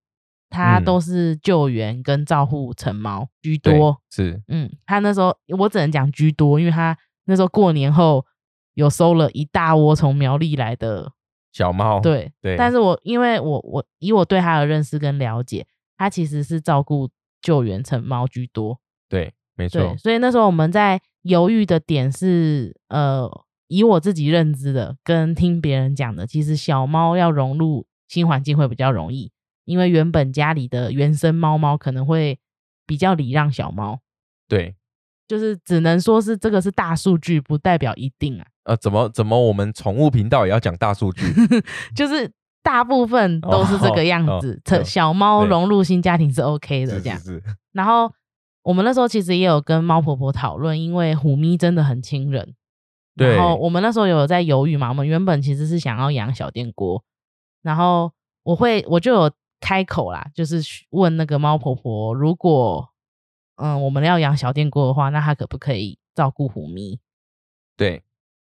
B: 她
A: 嗯
B: 都是救援跟照护成猫居
A: 对
B: 多。
A: 是，
B: 嗯，她那时候我只能讲居多，因为她那时候过年后有收了一大窝从苗栗来的，
A: 小猫，
B: 对。
A: 对，
B: 但是我因为我我以我对她的认识跟了解，她其实是照顾救援成猫居多。
A: 对，没
B: 对
A: 错，，
B: 所以那时候我们在犹豫的点是，呃，以我自己认知的跟听别人讲的，其实小猫要融入新环境会比较容易，因为原本家里的原生猫猫可能会比较礼让小猫，
A: 对，
B: 就是只能说是这个是大数据，不代表一定啊，
A: 呃，怎么怎么我们宠物频道也要讲大数 据？
B: 就是。大部分都是这个样
A: 哦
B: 子，
A: 哦
B: 成小猫
A: 对
B: 融入新家庭是 OK
A: 是
B: 的这
A: 是
B: 样。
A: 是，
B: 然后我们那时候其实也有跟猫婆婆讨论，因为虎咪真的很亲人。
A: 对
B: 然后我们那时候有在犹豫嘛，我们原本其实是想要养小电锅，然后我会我就有开口啦，就是去问那个猫婆婆，如果嗯我们要养小电锅的话，那她可不可以照顾虎咪？
A: 对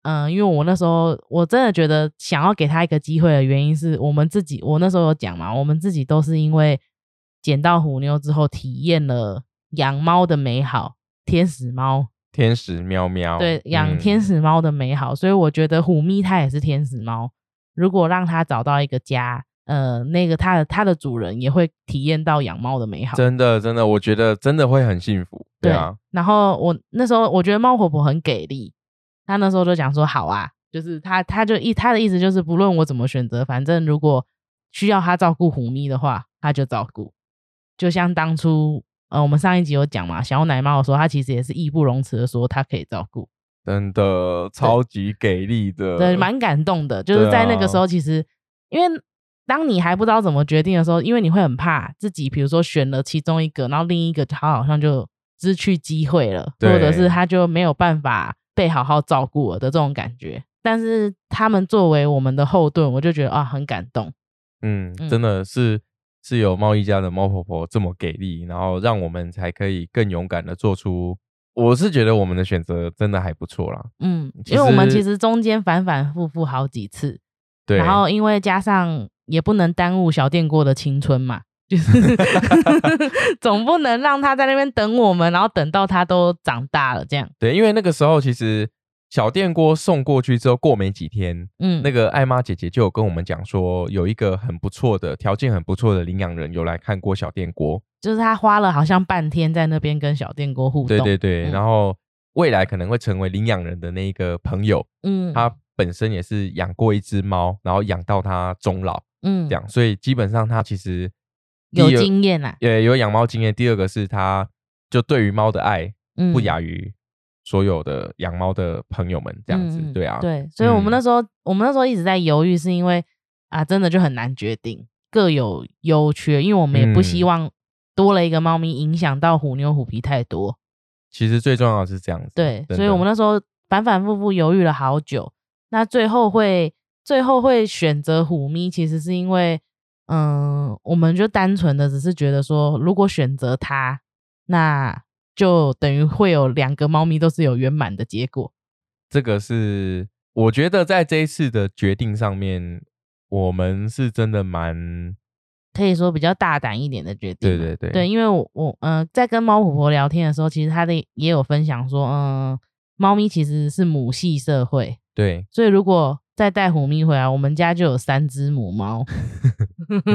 B: 嗯，因为我那时候我真的觉得想要给他一个机会的原因是我们自己，我那时候有讲嘛，我们自己都是因为捡到虎妞之后体验了养猫的美好，天使猫
A: 天使喵喵，
B: 对养
A: 嗯
B: 天使猫的美好，所以我觉得虎咪它也是天使猫，如果让它找到一个家，呃，那个它的它的主人也会体验到养猫的美好。
A: 真的真的，我觉得真的会很幸福，对啊，
B: 然后我那时候我觉得猫婆婆很给力，她那时候就讲说好啊，就是她她就意她的意思就是不论我怎么选择，反正如果需要她照顾虎咪的话，她就照顾。就像当初呃我们上一集有讲嘛，小奶猫的时候，她其实也是义不容辞的说她可以照顾，
A: 真的超级给力的，
B: 对，蛮感动的。就
A: 嗯
B: 是
A: 对
B: 在那
A: 啊
B: 个时候，其实、因为。当你还不知道怎么决定的时候，因为你会很怕自己，比如说选了其中一个，然后另一个它好像就失去机会了，或
A: 对
B: 者是它就没有办法被好好照顾了的这种感觉。但是他们作为我们的后盾，我就觉得啊，很感动。
A: 嗯
B: 嗯，
A: 真的是是有贸易家的猫婆婆这么给力，然后让我们才可以更勇敢的做出。我是觉得我们的选择真的还不错啦，
B: 嗯，
A: 其
B: 因为我们
A: 实
B: 其实中间反反复复好几次，
A: 对，
B: 然后因为加上也不能耽误小电锅的青春嘛，就是 总不能让他在那边等我们，然后等到他都长大了这样。
A: 对，因为那个时候其实小电锅送过去之后，过没几天，
B: 嗯，
A: 那个艾妈姐姐就有跟我们讲说，有一个很不错的条件很不错的领养人有来看过小电锅，
B: 就是他花了好像半天在那边跟小电锅互动。
A: 对对对，
B: 嗯
A: 然后未来可能会成为领养人的那一个朋友，
B: 嗯，
A: 他本身也是养过一只猫，然后养到它终老
B: 嗯
A: 这样，所以基本上他其实第
B: 有
A: 二
B: 经验啊啦，
A: 也有养猫经验。第二个是他就对于猫的爱
B: 嗯，
A: 不亚于所有的养猫的朋友们这样子，
B: 嗯嗯
A: 对啊，
B: 对，所以我们
A: 嗯
B: 那时候、我们那时候一直在犹豫，是因为啊，真的就很难决定，各有优缺，因为我们也不希
A: 嗯
B: 望多了一个猫咪影响到虎妞虎皮太多。
A: 其实最重要的是这样子，
B: 对，所以
A: 真的
B: 我们那时候反反复复犹豫了好久，那最后会最后会选择虎咪，其实是因为，嗯，我们就单纯的只是觉得说，如果选择它，那就等于会有两个猫咪都是有圆满的结果。
A: 这个是我觉得在这一次的决定上面，我们是真的蛮
B: 可以说比较大胆一点的决定
A: 对
B: 嘛。
A: 对对
B: 对，因为我我呃在跟猫婆婆聊天的时候，其实她的也有分享说，嗯、猫咪其实是母系社会，
A: 对
B: 所以如果再带虎咪回来，我们家就有三只母猫，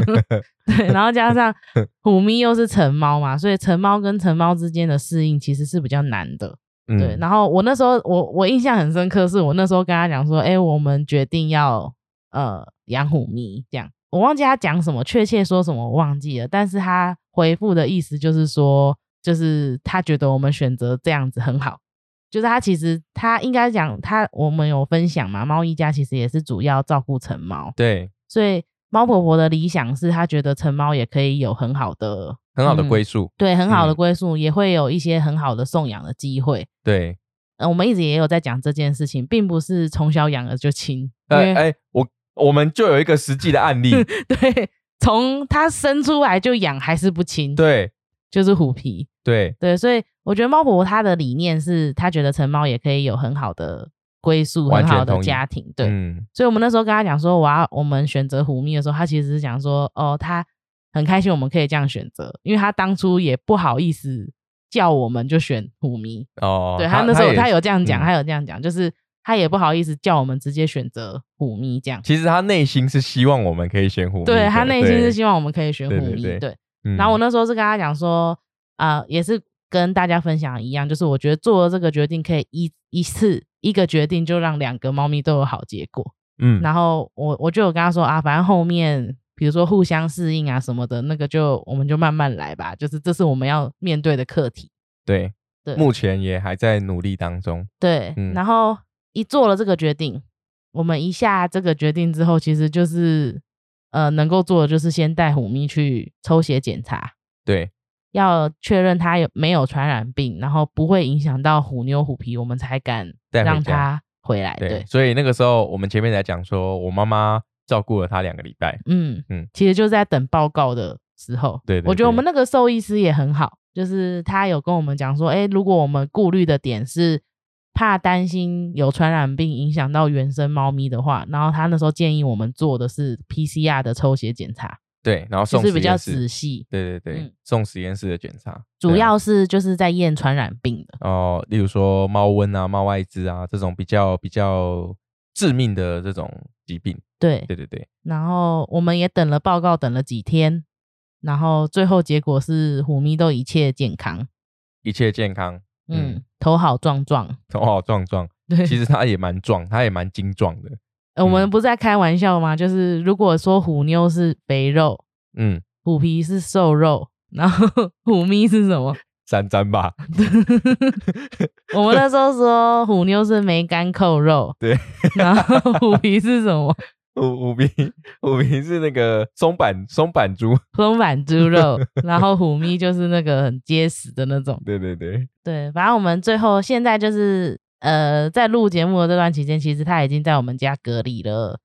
B: 对，然后加上虎咪又是成猫嘛，所以成猫跟成猫之间的适应其实是比较难的。
A: 嗯
B: 对，然后我那时候我我印象很深刻，是我那时候跟他讲说，哎、我们决定要呃养虎咪这样，我忘记他讲什么，确切说什么我忘记了，但是他回复的意思就是说，就是他觉得我们选择这样子很好，就是他其实他应该讲他我们有分享嘛，猫一家其实也是主要照顾成猫，
A: 对
B: 所以猫婆婆的理想是她觉得成猫也可以有很好的
A: 很好的
B: 嗯
A: 归宿，
B: 对很好的
A: 嗯
B: 归宿，也会有一些很好的送养的机会。
A: 对。
B: 呃，我们一直也有在讲这件事情，并不是从小养了就亲，因
A: 哎
B: 为、
A: 哎，我我们就有一个实际的案例，
B: 对，从它生出来就养还是不亲，，
A: 对
B: 就是虎皮，
A: 对
B: 对，所以我觉得猫婆婆她的理念是，她觉得成猫也可以有很好的归宿，
A: 完
B: 很好
A: 全
B: 的
A: 同意
B: 家庭，对，
A: 嗯
B: 所以我们那时候跟她讲说，我要我们选择虎咪的时候，她其实是讲说，哦，她很开心我们可以这样选择，因为她当初也不好意思叫我们就选虎咪，
A: 哦，
B: 对他那时候
A: 也
B: 他有这样讲，
A: 嗯
B: 他有这样讲，就是他也不好意思叫我们直接选择虎咪这样。
A: 其实他内心是希望我们可以选虎迷的，
B: 对他内心是希
A: 望。
B: 望我们可以选虎
A: 对对
B: 咪，
A: 对
B: 对。
A: 嗯
B: 然后我那时候是跟他讲说，啊，也是跟大家分享一样，就是我觉得做了这个决定，可以一一次一个决定就让两个猫咪都有好结果。
A: 嗯，
B: 然后我我就有跟他说啊，反正后面比如说互相适应啊什么的，那个就我们就慢慢来吧，就是这是我们要面对的课题。
A: 对
B: 对
A: 目前也还在努力当中。
B: 对，
A: 嗯
B: 然后一做了这个决定，我们一下这个决定之后，其实就是呃，能够做的就是先带虎咪去抽血检查，
A: 对
B: 要确认它有没有传染病，然后不会影响到虎妞虎皮，我们才敢
A: 带回
B: 让
A: 家
B: 它回来。
A: 对
B: 对，，
A: 所以那个时候我们前面在讲说，我妈妈照顾了他两个礼拜。
B: 嗯
A: 嗯
B: 嗯，其实就是在等报告的时候。
A: 对对
B: 我觉得我
A: 对
B: 们那个兽医师也很好，就是他有跟我们讲说，哎，如果我们顾虑的点是怕担心有传染病影响到原生猫咪的话，然后他那时候建议我们做的是 PCR 的抽血检查，
A: 对，然后
B: 就
A: 送
B: 是比
A: 实
B: 较
A: 验室
B: 仔。细，
A: 对对对，
B: 嗯
A: 送实验室的检查，
B: 主
A: 对啊
B: 要是就是在验传染病的。
A: 哦、例如说猫瘟啊、猫外痔啊这种比较比较致命的这种疾病。
B: 对，
A: 对对对，
B: 然后我们也等了报告，等了几天，然后最后结果是虎咪都一切健康，
A: 一切健康，嗯
B: 嗯，头好壮壮。
A: 头好壮壮。
B: 对，
A: 其实它也蛮壮，它也蛮精壮的。
B: 呃我
A: 嗯
B: 们不是在开玩笑吗？就是如果说虎妞是肥肉，
A: 嗯，
B: 虎皮是瘦肉，然 后虎咪是什么？
A: 三三吧，
B: 我们那时候说虎妞是梅干扣肉，
A: 对，
B: 然后虎皮是什么？
A: 五五皮五皮是那个松板松板猪，
B: 松板猪肉，然后虎咪就是那个很结实的那种。
A: 对对对，
B: 对，反正我们最后现在就是呃，在录节目的这段期间，其实他已经在我们家隔离了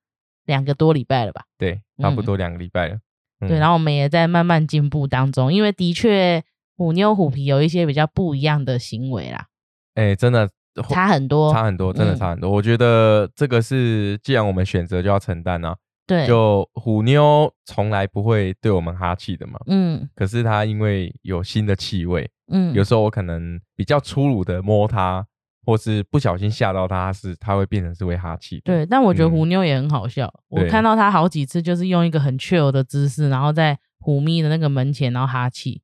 B: 两个多礼拜了吧。
A: 对，差不
B: 嗯
A: 多两个礼拜了。嗯
B: 对，然后我们也在慢慢进步当中，因为的确虎妞虎皮有一些比较不一样的行为啦，
A: 哎、真的
B: 差很多。
A: 差很多，真的
B: 嗯
A: 差很多。我觉得这个是，既然我们选择就要承担啊。
B: 对，
A: 就虎妞从来不会对我们哈气的嘛，
B: 嗯
A: 可是它因为有新的气味，
B: 嗯，
A: 有时候我可能比较粗鲁的摸它，或是不小心吓到它，是它会变成是会哈气的。
B: 对，但我觉得
A: 嗯
B: 虎妞也很好笑，我
A: 对
B: 看到他好几次就是用一个很 chill 的姿势，然后在虎咪的那个门前，然后哈气，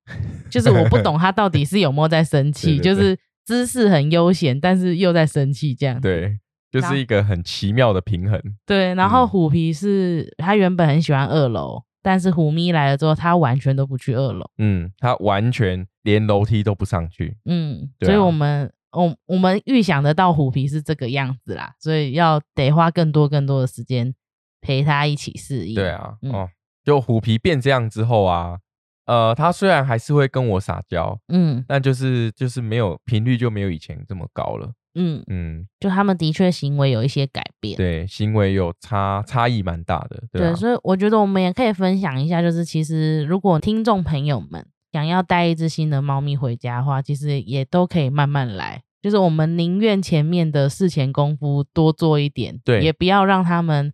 B: 就是我不懂他到底是有没有在生
A: 对
B: 气，
A: 对对
B: 就是姿势很悠闲，但是又在生气这样。
A: 对，就
B: 然后
A: 是一个很奇妙的平衡。
B: 对，然后
A: 嗯
B: 虎皮是他原本很喜欢二楼，但是虎咪来了之后，他完全都不去二楼。
A: 嗯，它完全连楼梯都不上去。
B: 嗯，
A: 对
B: 所以
A: 啊
B: 我们我我们预想得到虎皮是这个样子啦，所以要得花更多更多的时间陪他一起适应。
A: 对，啊，
B: 嗯
A: 哦，就虎皮变这样之后啊，呃，它虽然还是会跟我撒娇，
B: 嗯，
A: 但就是就是没有频率就没有以前这么高了。
B: 嗯，
A: 嗯，
B: 就他们的确行为有一些改变。
A: 对，行为有差差异蛮大的，对啊
B: 对，所以我觉得我们也可以分享一下，就是其实如果听众朋友们想要带一只新的猫咪回家的话，其实也都可以慢慢来。就是我们宁愿前面的事前功夫多做一点，
A: 对
B: 也不要让他们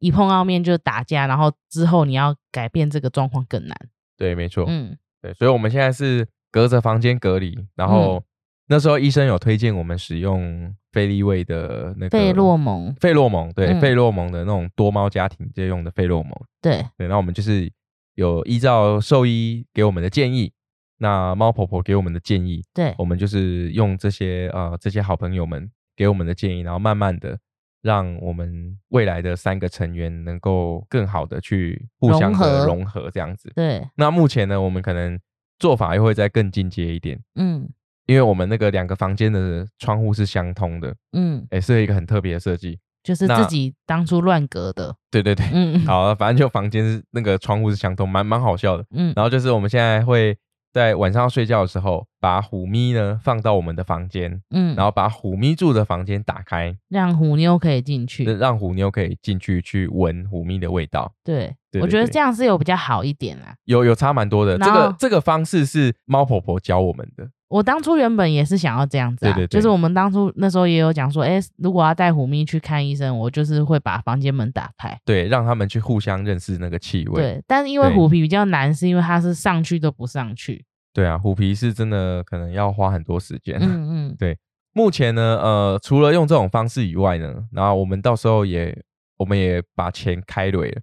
B: 一碰到面就打架，然后之后你要改变这个状况更难。
A: 对，没错，
B: 嗯，
A: 对，所以我们现在是隔着房间隔离，然后、那时候医生有推荐我们使用菲利卫的那个
B: 费洛蒙，
A: 费洛蒙，对，
B: 嗯
A: 费洛蒙的那种多猫家庭就用的费洛蒙，
B: 对，
A: 对，那我们就是有依照兽医给我们的建议，那猫婆婆给我们的建议，
B: 对，
A: 我们就是用这些呃这些好朋友们给我们的建议，然后慢慢的让我们未来的三个成员能够更好的去互相的
B: 融合
A: 融合这样子。
B: 对，
A: 那目前呢，我们可能做法又会再更进阶一点，
B: 嗯
A: 因为我们那个两个房间的窗户是相通的，
B: 嗯，
A: 诶，是一个很特别的设计。
B: 就是
A: 那
B: 自己当初乱 隔的，
A: 对对对，
B: 嗯
A: 好，反正就房间是那个窗户是相通，蛮蛮好笑的。
B: 嗯
A: 然后就是我们现在会在晚上睡觉的时候，把虎咪呢放到我们的房间，
B: 嗯，
A: 然后把虎咪住的房间打开，
B: 让虎妞可以进去，
A: 让虎妞可以进去去闻虎咪的味道。
B: 对，
A: 对
B: 我
A: 对
B: 觉得
A: 对
B: 这样是有比较好一点啦。
A: 有有差蛮多的，这
B: 然
A: 个
B: 后
A: 这个方式是猫婆婆教我们的，
B: 我当初原本也是想要这样子啊，
A: 对对对
B: 就是我们当初那时候也有讲说，哎、如果要带虎咪去看医生，我就是会把房间门打开。
A: 对，让他们去互相认识那个气味。
B: 对，但是因为
A: 对
B: 虎皮比较难，是因为它是上去都不上 去。
A: 对啊，虎皮是真的可能要花很多时间。
B: 嗯嗯，
A: 目前呢，呃，除了用这种方式以外呢，然后我们到时候也我们也把钱开蕊了，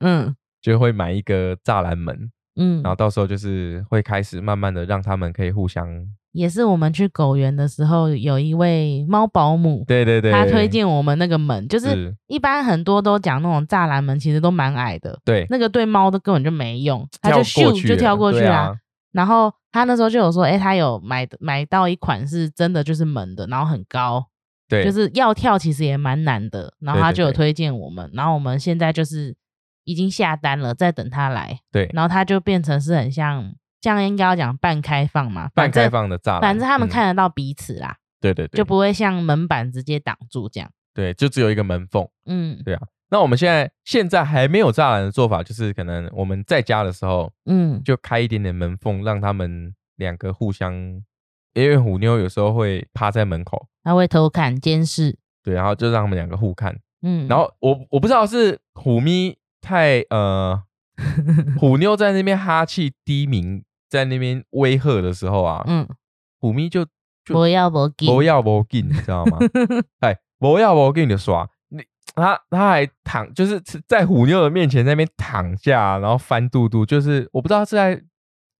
B: 嗯 嗯
A: 就会买一个栅栏门，然后
B: 嗯，
A: 到时候就是会开始慢慢的让他们可以互相，
B: 也是我们去狗园的时候，有一位猫保姆，
A: 对对对，
B: 他推荐我们那个门，就是
A: 是，
B: 一般很多都讲那种栅栏门，其实都蛮矮的，
A: 对，
B: 那个对猫都根本就没用，它
A: 跳
B: 就
A: 过去
B: 咻就
A: 了
B: 跳过去
A: 对
B: 啦、
A: 啊，
B: 然后他那时候就有说，哎、他有买买到一款是真的就是门的，然后很高，
A: 对，
B: 就是要跳其实也蛮难的。然后他
A: 对对
B: 就有
A: 对
B: 推荐我们，然后我们现在就是已经下单了，在等他来。
A: 对
B: 然后他就变成是很像，这样应该要讲半开放嘛，
A: 半
B: 反正
A: 开，放的栅栏，
B: 反正他们
A: 嗯，
B: 看得到彼此啦，
A: 对对
B: 就
A: 对，
B: 不会像门板直接挡住这样。
A: 对，就只有一个门缝。
B: 嗯
A: 那我们现在现在还没有栅栏的做法，就是可能我们在家的时候
B: 嗯，
A: 就开一点点门缝，让他们两个互相，因为虎妞有时候会趴在门口，
B: 他会偷看监视。
A: 对，然后就让他们两个互看。
B: 嗯，
A: 然后我我不知道是虎咪太 呃虎妞在那边哈气低鸣，在那边威吓的时候啊，
B: 嗯，
A: 虎咪就就
B: 不要不给，
A: 不要不紧，你知道 吗？哎，不要不紧就耍你。他他还躺，就是在虎妞的面前在那边躺下，然后翻肚肚，就是我不知道是在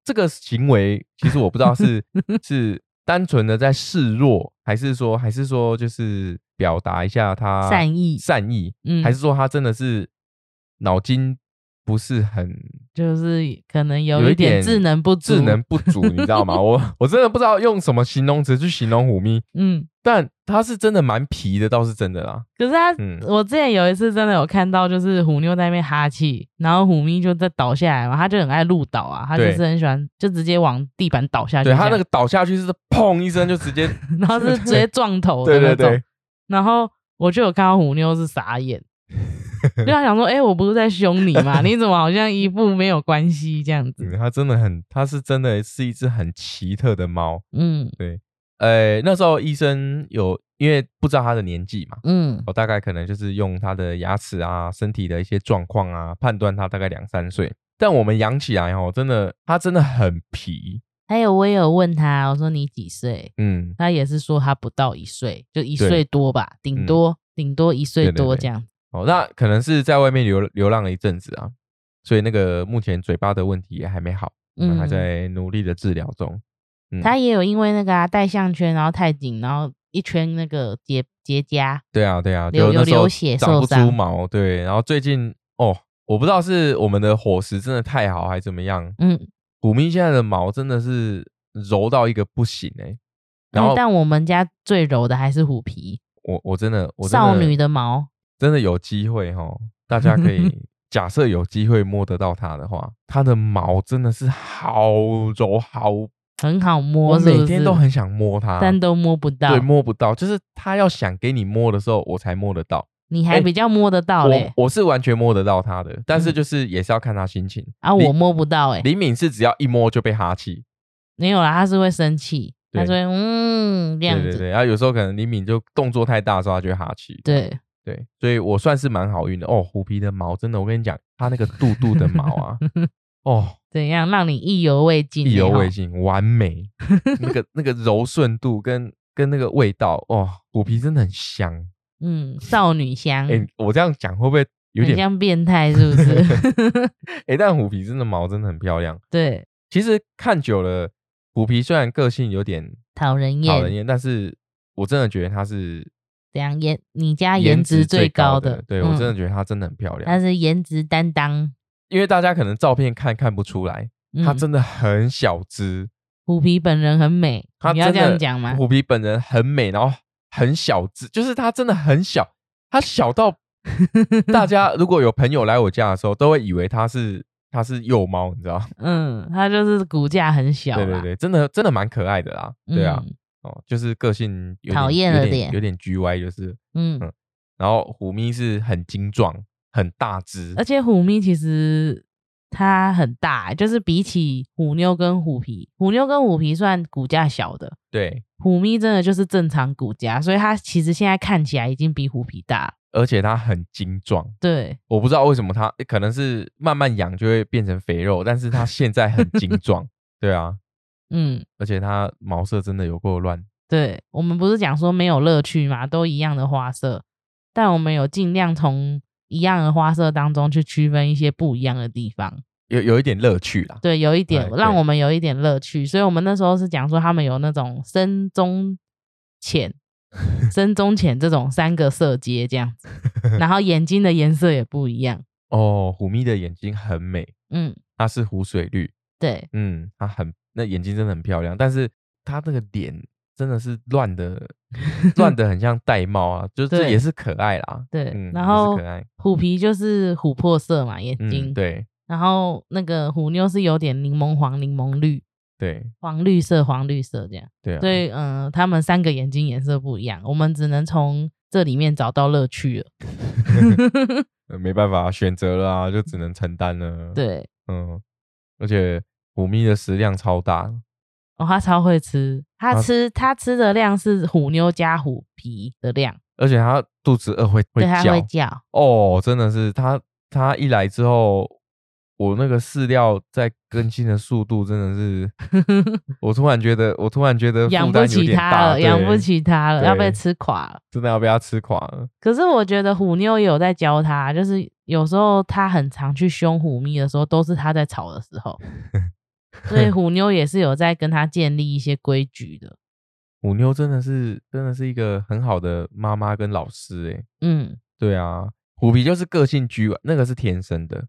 A: 这个行为，其实我不知道 是是单纯的在示弱，还是说还是说就是表达一下他
B: 善意
A: 啊善意，
B: 嗯，
A: 还是说他真的是脑筋不是很
B: 就是可能有
A: 有
B: 一点智能不足，
A: 智能不足，你知道 吗？我我真的不知道用什么形容词去形容虎咪，
B: 嗯，
A: 但他是真的蛮皮的，倒是真的啦。
B: 可是他，
A: 嗯
B: 我之前有一次真的有看到，就是虎妞在那边哈气，然后虎咪就在倒下来嘛，他就很爱路倒啊，他就
A: 对
B: 是很喜欢就直接往地板倒下去这
A: 对
B: 样，
A: 他那个倒下去是砰一声就直 接，
B: 然后是直接撞头的
A: 对
B: 那
A: 对
B: 种，
A: 对
B: 然后我就有看到虎妞是傻眼， 就他想说，哎、我不是在凶你吗？你怎么好像一副没有关系这样 子？
A: 嗯，他真的很，他是真的是一只很奇特的猫。
B: 嗯
A: 呃，那时候医生有因为不知道他的年纪嘛，哦
B: 嗯
A: 我大概可能就是用他的牙齿啊、身体的一些状况啊，判断他大概两三岁。但我们养起来哦，真的他真的很皮，
B: 还有我也有问他，我说你几岁？
A: 嗯，
B: 他也是说他不到一岁，就一
A: 对
B: 岁多吧，
A: 嗯
B: 顶多顶、多一岁
A: 对对
B: 多
A: 对
B: 这样子。
A: 哦，那可能是在外面流流浪了一阵子啊，所以那个目前嘴巴的问题也还没好，我们还
B: 嗯
A: 在努力的治疗中。嗯
B: 他也有因为那个啊戴项圈，然后太紧，然后一圈那个结结痂，
A: 对啊，对啊，
B: 流
A: 就
B: 有
A: 那时候
B: 流血
A: 长不
B: 受
A: 出
B: 伤
A: 毛，对。然后最近哦，我不知道是我们的伙食真的太好还是怎么样，
B: 嗯，
A: 虎咪现在的毛真的是柔到一个不行哎、然
B: 嗯
A: 后
B: 但我们家最柔的还是虎皮
A: 我我真的我真
B: 少女
A: 的
B: 的毛，
A: 真的有机会哈，大家可 以假设有机会摸得到它的话，它的毛真的是好柔好
B: 很好摸
A: 我
B: 是不是，
A: 每天都很想摸它，
B: 但都摸不到
A: 对，，摸不到，就是它要想给你摸的时候，我才摸得到。
B: 你还
A: 哎
B: 比较摸得到嘞、
A: 我我是完全摸得到它的，但是
B: 嗯
A: 就是也是要看它心情。
B: 啊，
A: 你
B: 我摸不到哎、
A: 李敏是只要一摸就被哈气，
B: 没有啦，他是会生气，他
A: 对
B: 是会嗯这
A: 对
B: 样
A: 对
B: 子，
A: 对，然后有时候可能李敏就动作太大的时候，他就会哈气。
B: 对，
A: 对，所以我算是蛮好运的哦。虎皮的毛真的，我跟你讲，它那个肚肚的毛 啊，哦，
B: 怎样让你意犹未尽？
A: 意犹未，尽，完 美，那个那个柔顺度跟跟那个味道，哦，虎皮真的很香。
B: 嗯，少女香，
A: 哎、我这样讲会不会有
B: 嗯很
A: 点？
B: 像变态是 不是？
A: 哎、但虎皮真的毛真的很漂亮。
B: 对，
A: 其实看久了，虎皮虽然个性有点
B: 讨人
A: 讨人
B: 厌，
A: 厌，但是我真的觉得她是
B: 怎样颜？你家
A: 颜
B: 颜
A: 值
B: 值
A: 最
B: 最
A: 高
B: 高
A: 的，
B: 的，
A: 对我
B: 嗯
A: 真的觉得她真的很漂亮。
B: 他是颜值担当，
A: 因为大家可能照片看看不出来，她
B: 嗯
A: 真的很小只，
B: 虎皮本人很美，
A: 她
B: 你要
A: 真
B: 这
A: 的
B: 样讲吗？
A: 虎皮本人很美，然后很小只，就是她真的很小，她小 到大家如果有朋友来我家的时候，都会以为她是她是幼猫，你知道？
B: 嗯，他就是骨架很小
A: 对
B: 啦，
A: 对对，真的真的蛮可爱的啦，对啊，
B: 嗯
A: 哦，就是个性有点
B: 讨厌
A: 有
B: 了
A: 点
B: 点
A: 有点 G Y，就是，
B: 嗯，
A: 嗯然后虎咪是很精壮，很大只
B: 而，且虎咪其实它很大、欸就是比起虎妞跟虎皮，虎妞跟虎皮算骨架小的，
A: 对，
B: 虎咪真的就是正常骨架，所以它其实现在看起来已经比虎皮大。
A: 而且它很精壮，
B: 对，
A: 我不知道为什么它可能是慢慢养就会变成肥肉，但是 它现在很精壮，对啊，
B: 嗯，
A: 而且它毛色真的有够乱，
B: 对，我们不是讲说没有乐趣嘛，都一样的花色，但我们有尽量从一样的花色当中去区分一些不一样的地方。
A: 有有一点乐趣啦。
B: 对，有一点
A: 对
B: 让
A: 哎对
B: 我们有一点乐趣，所以我们那时候是讲说他们有那种深中浅、深中浅这种三个色阶 这样子，然后眼睛的颜色也不一样。
A: 哦，虎咪的眼睛很美，
B: 嗯，
A: 它是湖水绿，
B: 对，
A: 嗯，它很那眼睛真的很漂亮，但是它那个脸真的是乱 的，乱的很像玳瑁啊，就是这
B: 对
A: 也是可爱啦，
B: 对
A: 嗯，
B: 然
A: 也是
B: 后
A: 可爱，
B: 虎皮就是琥珀色嘛，眼睛。
A: 嗯，。对
B: 然后那个虎妞是有点柠檬黄、柠檬绿、
A: 对
B: 黄绿色、黄绿色这样。
A: 对啊，
B: 所以，嗯、他们三个眼睛颜色不一样，我们只能从这里面找到乐趣了。
A: 呃没办法选择了啊，就只能承担了，，
B: 对，
A: 嗯，而且虎咪的食量超大，
B: 哦，他超会吃，他
A: 啊
B: 吃、他吃的量是虎妞加虎皮的量，
A: 而且它肚子饿会会
B: 对，他
A: 叫
B: 会叫，
A: 哦，真的是它它一来之后，我那个饲料在更新的速度真的 是，我突然觉得我突然觉得
B: 养
A: 负
B: 不
A: 担有
B: 起
A: 点
B: 他
A: 大，
B: 了，养不
A: 对，
B: 起他了，要被
A: 对
B: 吃垮了。
A: 真的要被它吃垮了。
B: 可是我觉得虎妞也有在教他，就是有时候他很常去凶虎咪的时候，都是他在吵的 时候，所以虎妞也是有在跟他建立一些规矩的。
A: 虎妞真的是真的是一个很好的妈妈跟老师诶、
B: 嗯，
A: 对啊，虎皮就是个性居晚，那个是天生 的，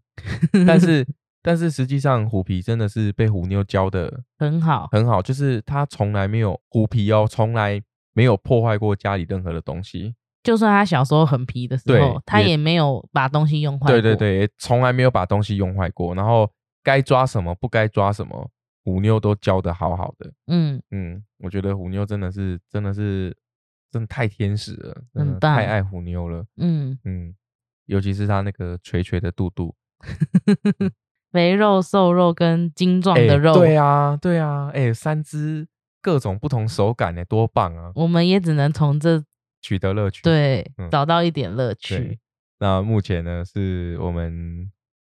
A: 但是但是实际上虎皮真的是被虎妞教的
B: 很好，
A: 很好，就是它从来没有虎皮哦，从来没有破坏过家里任何的东西，
B: 就算他小时候很皮的时
A: 对
B: 候，他
A: 也
B: 也没有把东西用坏。
A: 对对，对，从来没有把东西用坏过，然后该抓什么不该抓什么，虎妞都教的好好的，
B: 嗯，
A: 嗯，我觉得虎妞真的是真的是真的太天使了，真
B: 很
A: 的
B: 棒
A: 太爱虎妞了，
B: 嗯，
A: 嗯，尤其是它那个垂垂的肚肚，
B: 肥肉、瘦肉跟精壮
A: 哎
B: 的肉，
A: 对啊，对啊，哎、三只各种不同手感呢、多棒啊！
B: 我们也只能从这
A: 取得乐趣。
B: 对、
A: 嗯
B: 找到一点乐
A: 对
B: 趣。
A: 那目前呢是我们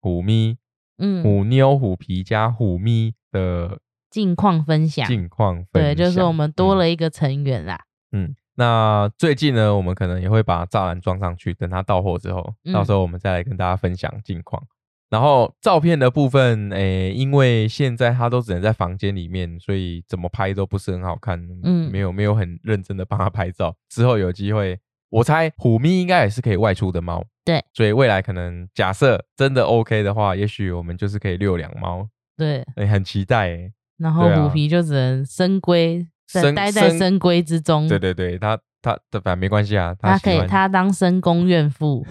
A: 虎咪、
B: 嗯，
A: 虎妞、虎皮加虎咪的
B: 近况分享，
A: 近况分
B: 对，就是我
A: 享
B: 们多
A: 嗯
B: 了一个成员啦。
A: 嗯那最近呢，我们可能也会把栅栏装上去，等它到货之后，到
B: 嗯
A: 时候我们再来跟大家分享近况。然后照片的部分，诶，因为现在它都只能在房间里面，所以怎么拍都不是很好看。
B: 嗯
A: 没有没有很认真的帮它拍照。之后有机会，我猜虎咪应该也是可以外出的猫。
B: 对，
A: 所以未来可能假设真的 OK 的话，也许我们就是可以遛两猫。
B: 对，
A: 诶，很期待诶。
B: 然后
A: 对啊
B: 虎皮就只能深闺，在
A: 深
B: 待在
A: 深
B: 深闺之中。
A: 对对对，它它它反正没关系啊，它
B: 他可
A: 喜
B: 以，
A: 欢
B: 他当深宫怨妇，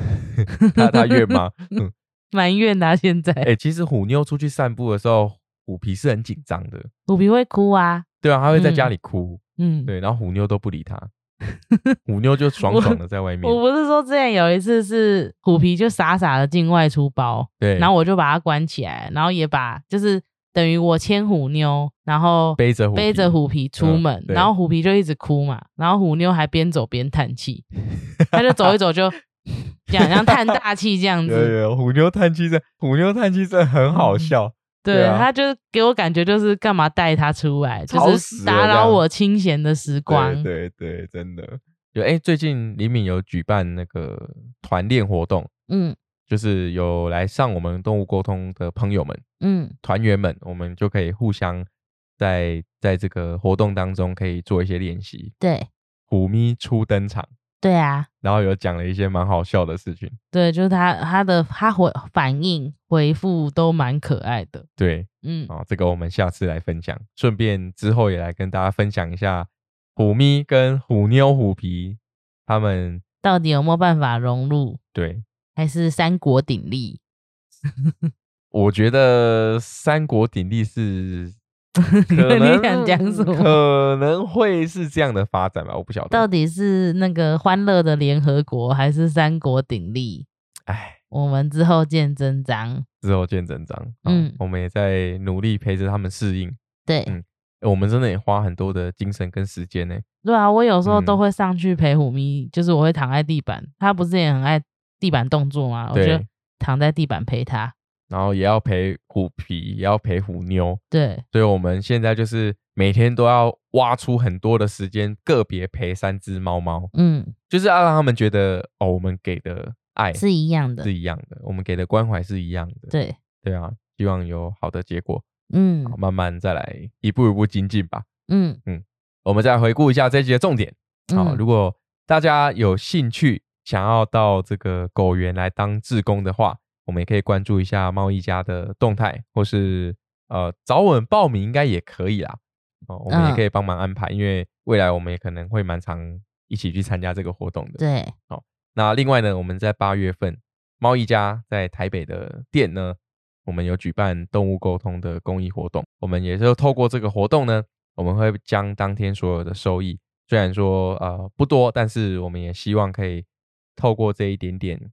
A: 它它愿吗？嗯
B: 埋怨他现在。
A: 哎哎、其实虎妞出去散步的时候，虎皮是很紧张的，
B: 虎皮会哭啊，
A: 对啊，它会在家里哭，
B: 嗯，
A: 对，然后虎妞都不理 它，虎妞就爽爽的在外面
B: 我，不是说之前有一次是虎皮就傻傻的进外出包，
A: 对，
B: 然后我就把它关起来，然后也把就是等于我牵虎妞，然后
A: 背着虎
B: 背着
A: 皮
B: 虎皮出
A: 嗯
B: 门，
A: 对
B: 然后虎皮就一直哭嘛，然后虎妞还边走边叹气，他就走一走就 这样，像叹大气这样
A: 有有
B: 子。嗯
A: 有虎妞叹气声，虎妞叹气声很好笑，
B: 对
A: 对啊
B: 他就给我感觉就是干嘛带他出来，
A: 吵
B: 就
A: 死
B: 是
A: 了
B: 打
A: 这样
B: 扰我清闲的时光。
A: 对对对，真的。有哎、最近李敏有举办那个团练活动，
B: 嗯
A: 就是有来上我们动物沟通的朋友们、
B: 嗯
A: 团员们，我们就可以互相在在这个活动当中可以做一些练习。
B: 对
A: 虎咪初登场，
B: 对啊，
A: 然后有讲了一些蛮好笑的事情。
B: 对，就是他他的他回反应回复都蛮可爱的。
A: 对，
B: 嗯，
A: 啊、这个我们下次来分享，顺便之后也来跟大家分享一下虎咪跟虎妞、虎皮他们
B: 到底有没有办法融入？
A: 对
B: 还是三国鼎立？
A: 我觉得三国鼎立是可能
B: 你想讲什么
A: 可能会是这样的发展吧，我不晓
B: 到
A: 得。
B: 底是那个欢乐的联合国，还是三国鼎立？
A: 哎，
B: 我们之后见真章。
A: 之后见真章。嗯
B: 嗯，
A: 我们也在努力陪着他们适应。
B: 对，
A: 嗯我们真的也花很多的精神跟时间呢、
B: 对啊，我有时候
A: 嗯
B: 都会上去陪虎咪，就是我会躺在地板，他不是也很爱地板动作吗？我就
A: 对
B: 躺在地板陪他。
A: 然后也要陪虎皮，也要陪虎妞，
B: 对，
A: 所以我们现在就是每天都要挖出很多的时间，个别陪三只猫猫，
B: 嗯，
A: 就是要让他们觉得哦，我们给的爱
B: 是一样的
A: 是。一样的，我们给的关怀是一样的。
B: 对，
A: 对啊，希望有好的结果，
B: 嗯
A: 好慢慢再来，一步一步精进吧。
B: 嗯
A: 我们再回顾一下这一集的重点。好，
B: 嗯
A: 如果大家有兴趣想要到这个狗园来当志工的话，我们也可以关注一下贸易家的动态，或是呃找我们报名应该也可以啦。哦，我们也
B: 嗯
A: 可以帮忙安排，因为未来我们也可能会蛮常一起去参加这个活动的。
B: 对，
A: 那另外呢，我们在八月份，猫一家在台北的店呢，我们有举办动物沟通的公益活动。我们也是透过这个活动呢，我们会将当天所有的收益，虽然说呃不多，但是我们也希望可以透过这一点点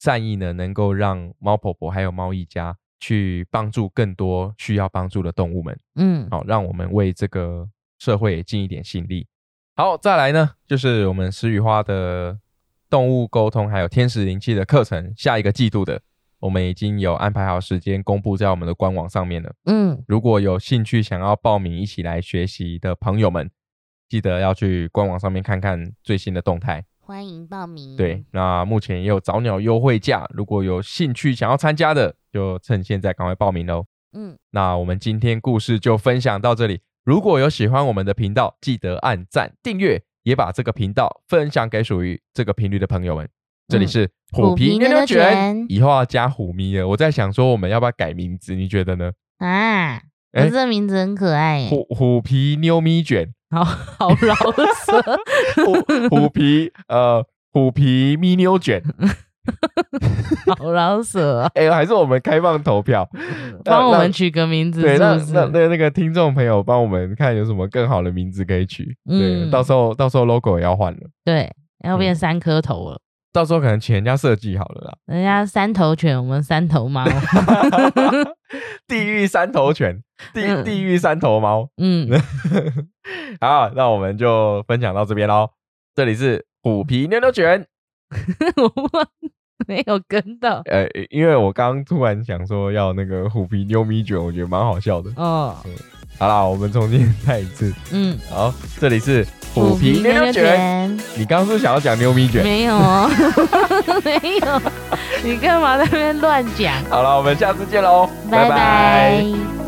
A: 善意呢，能够让猫婆婆还有猫一家去帮助更多需要帮助的动物们。
B: 嗯
A: 好、让我们为这个社会也尽一点心力。好，再来呢，就是我们石雨花的动物沟通还有天使灵气的课程，下一个季度的，我们已经有安排好时间公布在我们的官网上面了。
B: 嗯，
A: 如果有兴趣想要报名一起来学习的朋友们，记得要去官网上面看看最新的动态。
B: 欢迎报名
A: 对，，那目前也有早鸟优惠价，如果有兴趣想要参加的，就趁现在赶快报名喽。
B: 嗯，
A: 那我们今天故事就分享到这里。如果有喜欢我们的频道，记得按赞、订阅，也把这个频道分享给属于这个频率的朋友们。这里是虎
B: 嗯虎
A: 皮
B: 皮
A: 牛
B: 牛
A: 牛
B: 牛
A: 卷
B: 卷，
A: 以后要加虎咪了。我在想说，我们要不要改名字？你觉得呢？
B: 啊，
A: 哎
B: 可是这名字很可爱耶，
A: 虎虎皮妞咪卷，
B: 好好饶 舌。
A: 虎虎皮呃虎皮咪妞卷。
B: 好老舍、啊，
A: 哎、还是我们开放投票。
B: 嗯帮我
A: 那
B: 们取个名字
A: 对，
B: 是
A: 那
B: 不
A: 那
B: 是？
A: 那那个听众朋友帮我们看有什么更好的名字可以取。对，
B: 嗯
A: 到时候嗯到时候 logo 也要换了，
B: 对，要变三颗头了。
A: 到时候可能请人家设计好了啦。
B: 人家三头犬，我们三头 猫。
A: 地狱三头犬， 地
B: 嗯
A: 地狱三头猫。
B: 嗯，
A: 好，那我们就分享到这边喽。这里是虎皮妞妞卷，
B: 我忘没有跟到。
A: 呃，因为我刚刚突然想说要那个虎皮妞咪卷，我觉得蛮好笑的。
B: 哦，
A: 好啦，我们重新再一次。
B: 嗯，
A: 好，这里是虎皮妞妞卷。，你刚刚是不是想要讲妞咪卷？
B: 没有 哦，没有，你干嘛在那边乱讲？
A: 好了，我们下次见喽，
B: 拜
A: 拜
B: 拜